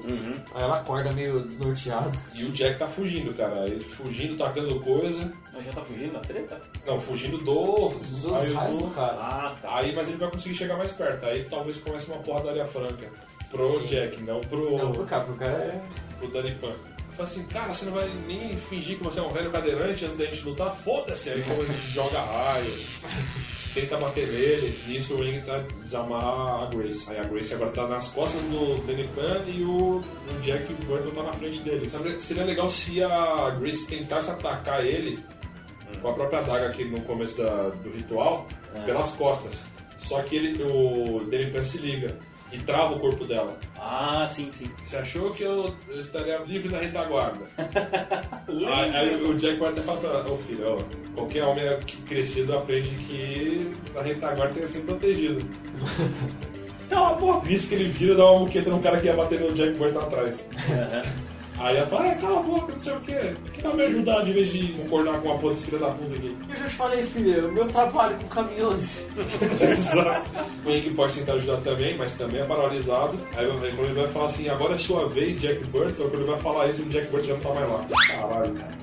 Speaker 2: Aí ela acorda meio desnorteada.
Speaker 4: E o Jack tá fugindo, cara. Ele fugindo, tacando coisa.
Speaker 1: Mas já tá fugindo da treta?
Speaker 4: Não, fugindo do.
Speaker 2: Os
Speaker 4: aí,
Speaker 2: dois raios né? do cara.
Speaker 1: Ah, tá.
Speaker 4: aí, mas ele vai conseguir chegar mais perto. Aí talvez comece uma porradaria franca. Pro
Speaker 2: Sim.
Speaker 4: Jack, não pro,
Speaker 2: Não, pro cara, pro cara é.
Speaker 4: pro Danny Pan. Eu falo assim, cara, você não vai nem fingir que você é um velho cadeirante antes da gente lutar? Foda-se! Aí como a gente joga raio, tenta bater nele. Nisso o Ring tá desamarrar a Grace. Aí a Grace agora tá nas costas do Danny Pan e o, o Jack Burton tá na frente dele. Sabe, seria legal se a Grace tentasse atacar ele com a própria daga aqui no começo da- do ritual, pelas costas. Só que ele, o Danny Pan se liga e trava o corpo dela.
Speaker 1: Ah, sim, sim.
Speaker 4: Você achou que eu, eu estaria livre da retaguarda?
Speaker 1: Ah,
Speaker 4: aí,
Speaker 1: é.
Speaker 4: aí o Jack vai até falar pra ela, ô filho, ó, qualquer homem que- crescido aprende que a retaguarda tem que ser protegida. Cala a
Speaker 1: Então,
Speaker 4: boca! Nisso que ele vira e dá uma muqueta num cara que ia bater no Jack Burton atrás. Aí ela fala, é, cala a boca, não sei o quê. Que tal me ajudar de vez de concordar com uma pose filha da puta aqui?
Speaker 2: Eu já te falei, filha, o meu trabalho com caminhões.
Speaker 4: Exato. O Henrique é pode tentar ajudar também, mas também é paralisado. Aí vai ver quando ele vai falar assim, agora é sua vez, Jack Burton, quando ele vai falar isso, o Jack Burton já não tá mais lá. Caralho, cara.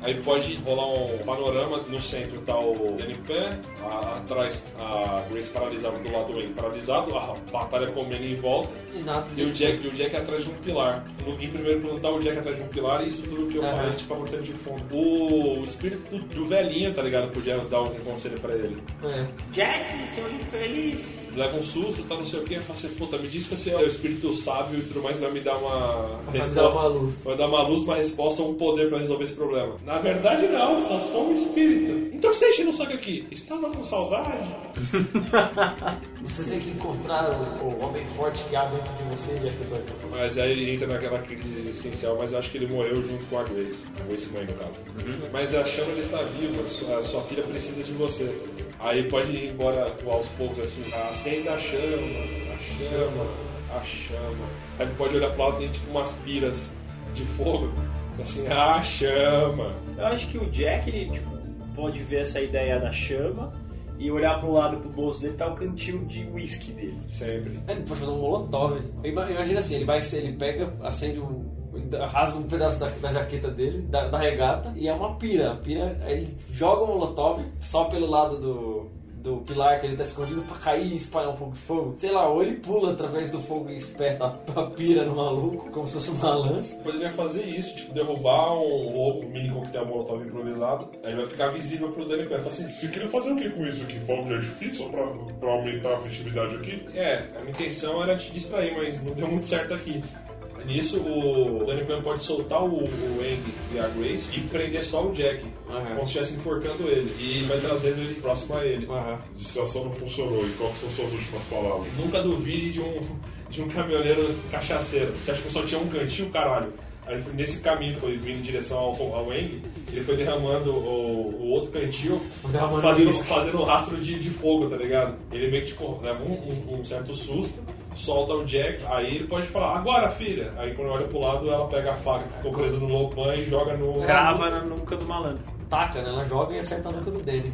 Speaker 4: Aí pode rolar um panorama, no centro tá o Danny Pan, a- atrás a Grace paralisada, do lado do Henrique paralisado, a batalha comendo em volta,
Speaker 2: E nada.
Speaker 4: e o Jack, e o Jack atrás de um pilar. No- em primeiro plano tá o Jack atrás de um pilar e isso tudo que eu
Speaker 2: Aham.
Speaker 4: falei, tipo, acontecendo de fundo. O, espírito do, do velhinho, tá ligado? Podia dar algum conselho pra ele
Speaker 2: É.
Speaker 1: Jack, seu infeliz!
Speaker 4: leva um susto, tá não sei o que, fala assim, puta, me diz que você é o espírito sábio e tudo mais, vai me dar uma
Speaker 2: Vai me
Speaker 4: resposta.
Speaker 2: dar uma luz.
Speaker 4: Vai dar uma luz, uma resposta, um poder pra resolver esse problema. Na verdade não, só sou um espírito. Então o que você tá enchendo o saco aqui? Estava com saudade?
Speaker 2: Você tem que encontrar o, o homem forte que há dentro de você, Jack Burton.
Speaker 4: Mas aí ele entra naquela crise existencial, mas eu acho que ele morreu junto com a Grace. A Grace mãe, no caso. Mas a Chama ele está viva, sua, sua filha precisa de você. Aí pode ir embora aos poucos, assim, acenda a chama, a chama, a chama. Aí pode olhar pro lado e tem tipo umas piras de fogo, assim, a chama.
Speaker 1: Eu acho que o Jack, ele tipo, pode ver essa ideia da chama e olhar pro lado, pro bolso dele, tá o cantinho de whisky dele.
Speaker 4: Sempre.
Speaker 2: Ele pode fazer um molotov. Ima- Imagina assim, ele vai, ele pega, acende um. rasga um pedaço da, da jaqueta dele, da, da regata, e é uma pira. A pira, aí ele joga o molotov só pelo lado do, do pilar que ele tá escondido pra cair e espalhar um pouco de fogo. Sei lá, ou ele pula através do fogo e espeta a, a pira no maluco, como se fosse uma lança.
Speaker 4: Poderia fazer isso, tipo, derrubar um lobo, um mini coquetel molotov improvisado, aí vai ficar visível pro Danny Pé. Fala assim,
Speaker 10: Você queria fazer o que com isso aqui? Fogo de artifício Só pra, pra aumentar a festividade aqui?
Speaker 4: É, a minha intenção era te distrair, mas não deu muito certo aqui. Nisso, o Danny Pan pode soltar o, o Eng e a Grace e prender só o Jack,
Speaker 2: Aham.
Speaker 4: como se estivesse enforcando ele, e vai trazendo ele próximo a ele.
Speaker 10: A distração não funcionou. E quais são suas últimas palavras?
Speaker 4: Nunca duvide de um, de um caminhoneiro cachaceiro. Você acha que só tinha um cantinho, caralho? Aí ele foi nesse caminho, foi vindo em direção ao, ao Eng, ele foi derramando o, o outro cantil,
Speaker 2: Derramando
Speaker 4: fazendo,
Speaker 2: fogo.
Speaker 4: fazendo rastro de, de fogo, tá ligado? Ele meio que, tipo, leva um, um- um certo susto, solta o Jack, aí ele pode falar, agora filha! Aí quando olha pro lado, ela pega a faca que ficou presa no Lopan e joga no.
Speaker 1: Crava na nuca do malandro. *laughs*
Speaker 2: Taca, né? Ela joga e acerta a nuca do Danny.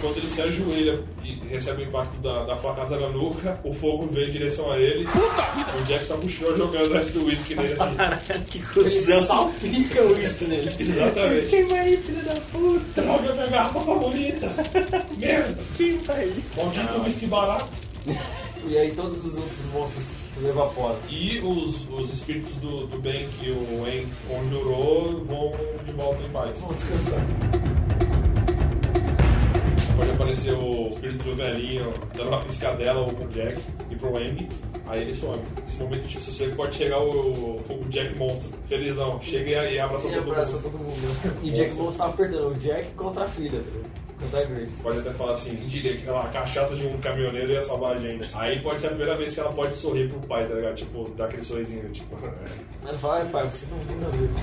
Speaker 4: Quando ele se ajoelha e recebe o impacto da, da facada na nuca, o fogo vem em direção a ele. O Jack só puxou jogando o resto do whisky nele *laughs* assim.
Speaker 1: que
Speaker 2: Ele
Speaker 1: cuzão.
Speaker 2: salpica o uísque nele.
Speaker 4: Exatamente.
Speaker 1: Queima aí, filho da puta.
Speaker 4: Droga, minha garrafa favorita! Merda!
Speaker 1: Queima aí.
Speaker 4: Maldito whisky barato!
Speaker 2: E aí todos os outros monstros evaporam.
Speaker 4: E os, os espíritos do, do bem que o En conjurou vão de volta em paz.
Speaker 2: Vamos descansar.
Speaker 4: Pode aparecer o espírito do velhinho dando uma piscadela ou com o Jack e pro Eng, aí ele some. Nesse momento de sossego pode chegar o, o Jack Monstro, felizão. Chega e- e abraça
Speaker 2: E
Speaker 4: todo
Speaker 2: abraça
Speaker 4: mundo.
Speaker 2: todo mundo. E Jack Monstro tava apertando o Jack contra a filha, tá ligado? Contra a Grace.
Speaker 4: Pode até falar assim, quem diria que sei lá, a cachaça de um caminhoneiro ia salvar a gente. Aí pode ser a primeira vez que ela pode sorrir pro pai, tá ligado? Tipo, dar aquele sorrisinho, *laughs* tipo...
Speaker 2: Ela fala, ai pai, você não linda mesmo.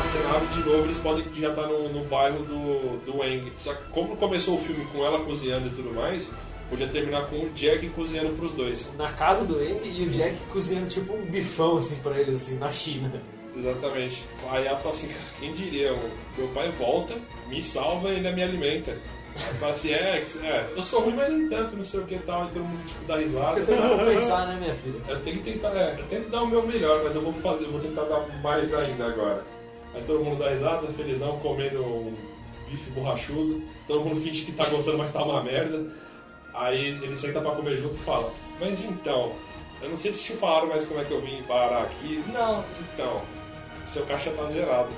Speaker 4: A cena abre de novo, eles podem já estar no, no bairro do, do Wang. Só que como começou o filme com ela cozinhando e tudo mais, podia terminar com o Jack cozinhando pros dois.
Speaker 2: Na casa do Andy e o Jack cozinhando tipo um bifão assim pra eles, assim, na China.
Speaker 4: Exatamente. Aí ela fala assim, cara, quem diria, o meu pai volta, me salva e ainda me alimenta. Aí fala assim, é, é, eu sou ruim, mas nem tanto, não sei o que e tal, e todo mundo tipo, dá
Speaker 2: *laughs*
Speaker 4: risada.
Speaker 2: Eu tenho que compensar, né, minha filha?
Speaker 4: Eu tenho que tentar, é, eu tento dar o meu melhor, mas eu vou fazer, eu vou tentar dar mais ainda agora. Aí todo mundo dá risada, felizão, comendo um bife borrachudo. Todo mundo finge que tá gostando, mas tá uma merda. Aí ele senta pra comer junto e fala: Mas então, eu não sei se te falaram mais como é que eu vim parar aqui. Não, então, seu caixa tá zerado.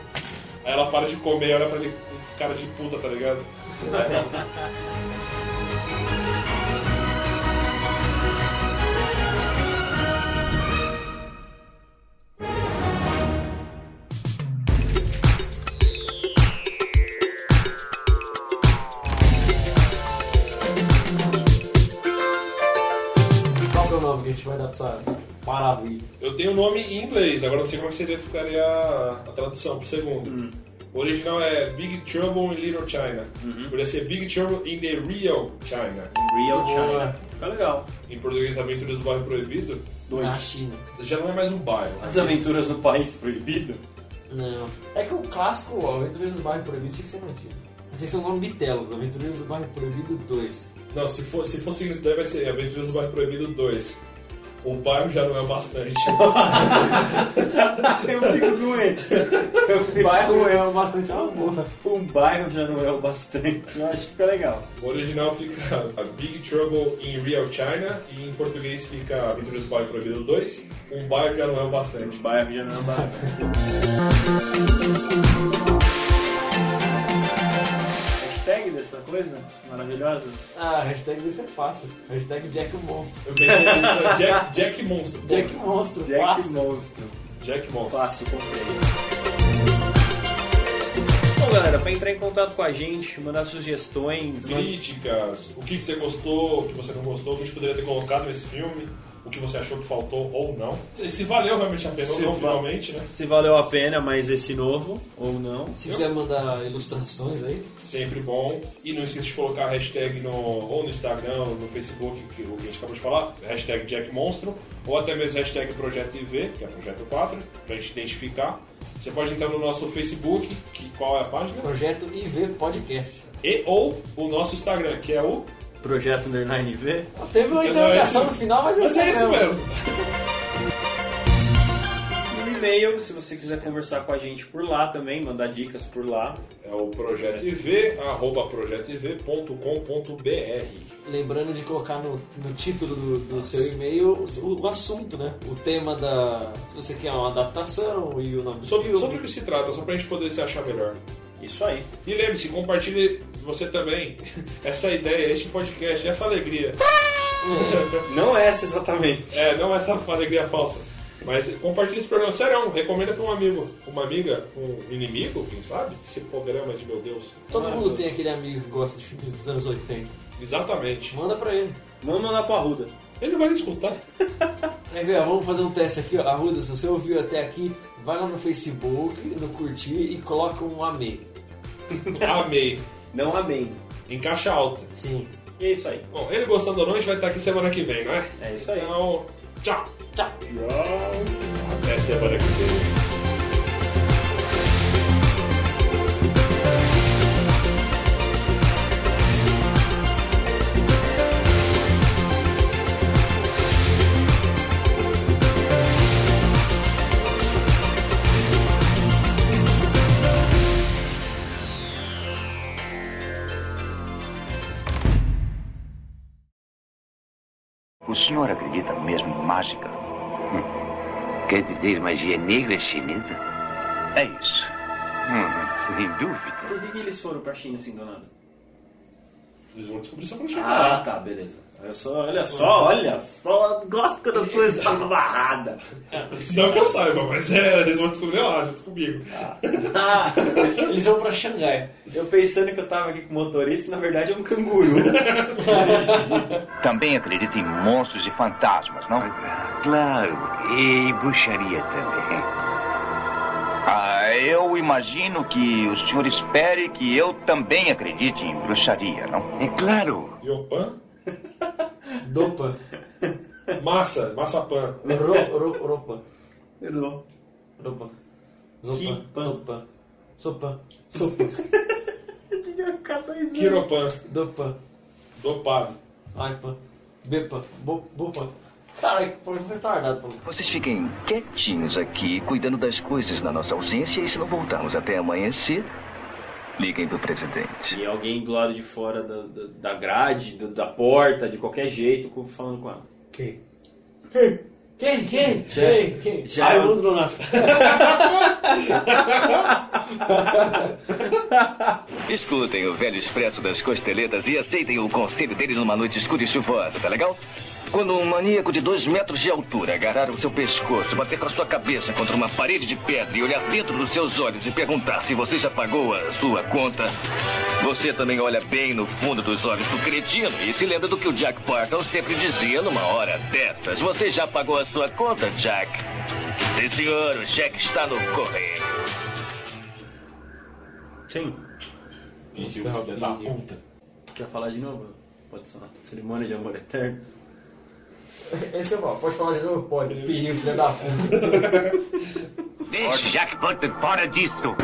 Speaker 4: Aí ela para de comer e olha pra ele com cara de puta, tá ligado?
Speaker 2: Qual que é o nome que a gente vai dar pra essa maravilha?
Speaker 4: Eu tenho o nome em inglês, agora não sei como é que seria, ficaria a, a tradução pro segundo. O original é Big Trouble in Little China. Podia ser Big Trouble in the Real China.
Speaker 1: Real
Speaker 2: Boa.
Speaker 1: China. Fica legal.
Speaker 4: Em português, Aventuras do Bairro Proibido,
Speaker 2: Na
Speaker 1: Dois.
Speaker 2: China.
Speaker 4: já não é mais um bairro.
Speaker 1: As aventuras no país proibido?
Speaker 2: Não. É que o clássico, ó, Aventureiros do Bairro Proibido tinha que ser mantido. Tinha que ser o nome Bitelos, Aventureiros do Bairro Proibido 2.
Speaker 4: Não, se for, se for seguir isso daí, vai ser Aventuras do Bairro Proibido 2. O bairro já não é bastante.
Speaker 1: *laughs* Eu fico doente. Eu fico
Speaker 2: *laughs* Bairro
Speaker 1: doente.
Speaker 2: é bastante amor.
Speaker 1: Um bairro já não é o bastante. Eu acho que fica legal.
Speaker 4: o original fica a Big Trouble in Real China e em português fica Aventuras do Bairro Proibido 2. Um bairro já não é bastante.
Speaker 1: Um bairro já não é o bastante. Hashtag dessa coisa maravilhosa?
Speaker 2: Ah, a hashtag desse é fácil. Hashtag Jack o Monstro.
Speaker 4: Eu pensei nisso, né? Jack, Jack Monstro.
Speaker 2: Jack o Monstro,
Speaker 1: Jack
Speaker 2: fácil.
Speaker 1: Monstro.
Speaker 4: Jack Monstro.
Speaker 1: Fácil, comprei. Bom, galera, pra entrar em contato com a gente, mandar sugestões,
Speaker 4: críticas, o que que você gostou, o que você não gostou, o que a gente poderia ter colocado nesse filme, o que você achou que faltou ou não. Se, se valeu realmente a pena ou
Speaker 1: Se
Speaker 4: não,
Speaker 1: va-
Speaker 4: finalmente, né?
Speaker 1: se valeu a pena mais esse novo ou não.
Speaker 2: Se quiser mandar ilustrações aí,
Speaker 4: Sempre bom. E não esqueça de colocar a hashtag no, ou no Instagram, ou no Facebook, que, o que a gente acabou de falar, hashtag Jack Monstro, ou até mesmo hashtag Projeto IV, que é Projeto 4, pra gente identificar. Você pode entrar no nosso Facebook, que qual é a página,
Speaker 2: Projeto IV Podcast.
Speaker 4: e ou o nosso Instagram, que é o
Speaker 1: Projeto Underline V.
Speaker 2: Ah, Teve uma
Speaker 4: Mas
Speaker 2: interrogação Então,
Speaker 4: é
Speaker 2: no
Speaker 4: esse-
Speaker 2: final, mas,
Speaker 4: Mas
Speaker 2: esse
Speaker 4: é isso mesmo.
Speaker 1: E o e-mail, se você quiser conversar com a gente por lá também, mandar dicas por lá.
Speaker 4: É o Projeto IV, arroba projetoiv.com.br.
Speaker 2: Lembrando de colocar no, no título do, do seu e-mail o, o assunto, né? O tema da. Se você quer uma adaptação e o nome do
Speaker 4: Sobre,
Speaker 2: filme.
Speaker 4: sobre o que se trata, só pra gente poder se achar melhor.
Speaker 1: Isso aí.
Speaker 4: E lembre-se, compartilhe você também *laughs* essa ideia, este podcast, essa alegria.
Speaker 1: Não é essa exatamente.
Speaker 4: É, não essa *laughs* alegria falsa. Mas compartilha esse programa. Sério, recomenda pra um amigo, uma amiga, um inimigo, quem sabe? Esse programa de meu Deus.
Speaker 2: Todo mundo tem aquele amigo que gosta de filmes dos anos 80.
Speaker 4: Exatamente.
Speaker 2: Manda pra ele.
Speaker 1: Vamos mandar pro Arruda.
Speaker 4: Ele não vai
Speaker 1: *laughs*
Speaker 4: escutar.
Speaker 2: Quer ver? ó, Vamos fazer um teste aqui, ó. Arruda, se você ouviu até aqui, vai lá no Facebook, no curtir e coloca um amém.
Speaker 4: Amei.
Speaker 1: Não amém.
Speaker 4: Em caixa alta.
Speaker 2: Sim.
Speaker 1: E é isso aí.
Speaker 4: Bom, ele gostando ou não, a gente vai estar aqui semana que vem, não é?
Speaker 1: É isso aí.
Speaker 4: Então, tchau.
Speaker 2: Tchau.
Speaker 4: Tchau. Até semana que vem.
Speaker 5: O senhor acredita mesmo em mágica? Hum. Quer dizer magia negra chinesa? É isso. Hum, sem dúvida.
Speaker 1: Por que, que eles foram pra China assim do nada?
Speaker 4: Eles vão descobrir só quando chegar.
Speaker 1: Ah, tá, beleza. Olha só, olha só, olha só. Gosto quando as coisas ficam *laughs* barradas.
Speaker 4: Não que eu saiba, mas é, eles vão descobrir lá, junto comigo.
Speaker 1: Ah,
Speaker 2: Eles vão pra Xangai.
Speaker 1: eu pensando que eu tava aqui com o motorista, na verdade é um *laughs* canguru.
Speaker 5: Também acredita em monstros e fantasmas, não? Claro, e bruxaria também. Ah, eu imagino que o senhor espere que eu também acredite em bruxaria, não? É claro.
Speaker 4: Yopan,
Speaker 2: Dopa.
Speaker 4: massa, massa pan.
Speaker 2: Ro, ro, ropa.
Speaker 1: Errou.
Speaker 2: Ropa.
Speaker 1: Que
Speaker 2: Zopa.
Speaker 1: pan.
Speaker 2: Topa. Sopa. Sopa.
Speaker 4: Quiropan,
Speaker 2: Dopa.
Speaker 4: dopado.
Speaker 2: Aipa. Bepa. Bo, bopa. Cara, que parece retardado, pô.
Speaker 5: Vocês fiquem quietinhos aqui, cuidando das coisas na nossa ausência, e se não voltarmos até amanhecer, liguem pro presidente.
Speaker 1: E alguém do lado de fora da, da, da grade, do- da porta, de qualquer jeito, com- falando com ela.
Speaker 2: Quem? Quem? Quem? Quem? Quem?
Speaker 1: Já-
Speaker 2: Raimundo Nonato.
Speaker 5: Escutem o velho expresso das costeletas e aceitem o conselho dele numa noite escura e chuvosa, tá legal? Quando um maníaco de dois metros de altura agarrar o seu pescoço, bater com a sua cabeça contra uma parede de pedra e olhar dentro dos seus olhos e perguntar se você já pagou a sua conta, você também olha bem no fundo dos olhos do cretino e se lembra do que o Jack Barton sempre dizia numa hora dessas. Você já pagou a sua conta, Jack? Sim, senhor, o cheque está no correio.
Speaker 1: Sim.
Speaker 4: Isso, filho da puta.
Speaker 1: Quer falar de novo? Pode ser uma cerimônia de amor eterno.
Speaker 2: É isso que eu falo. Pode falar de novo? Pode. Pirrinho, filha da puta.
Speaker 5: Deixe Jack Burton fora disso.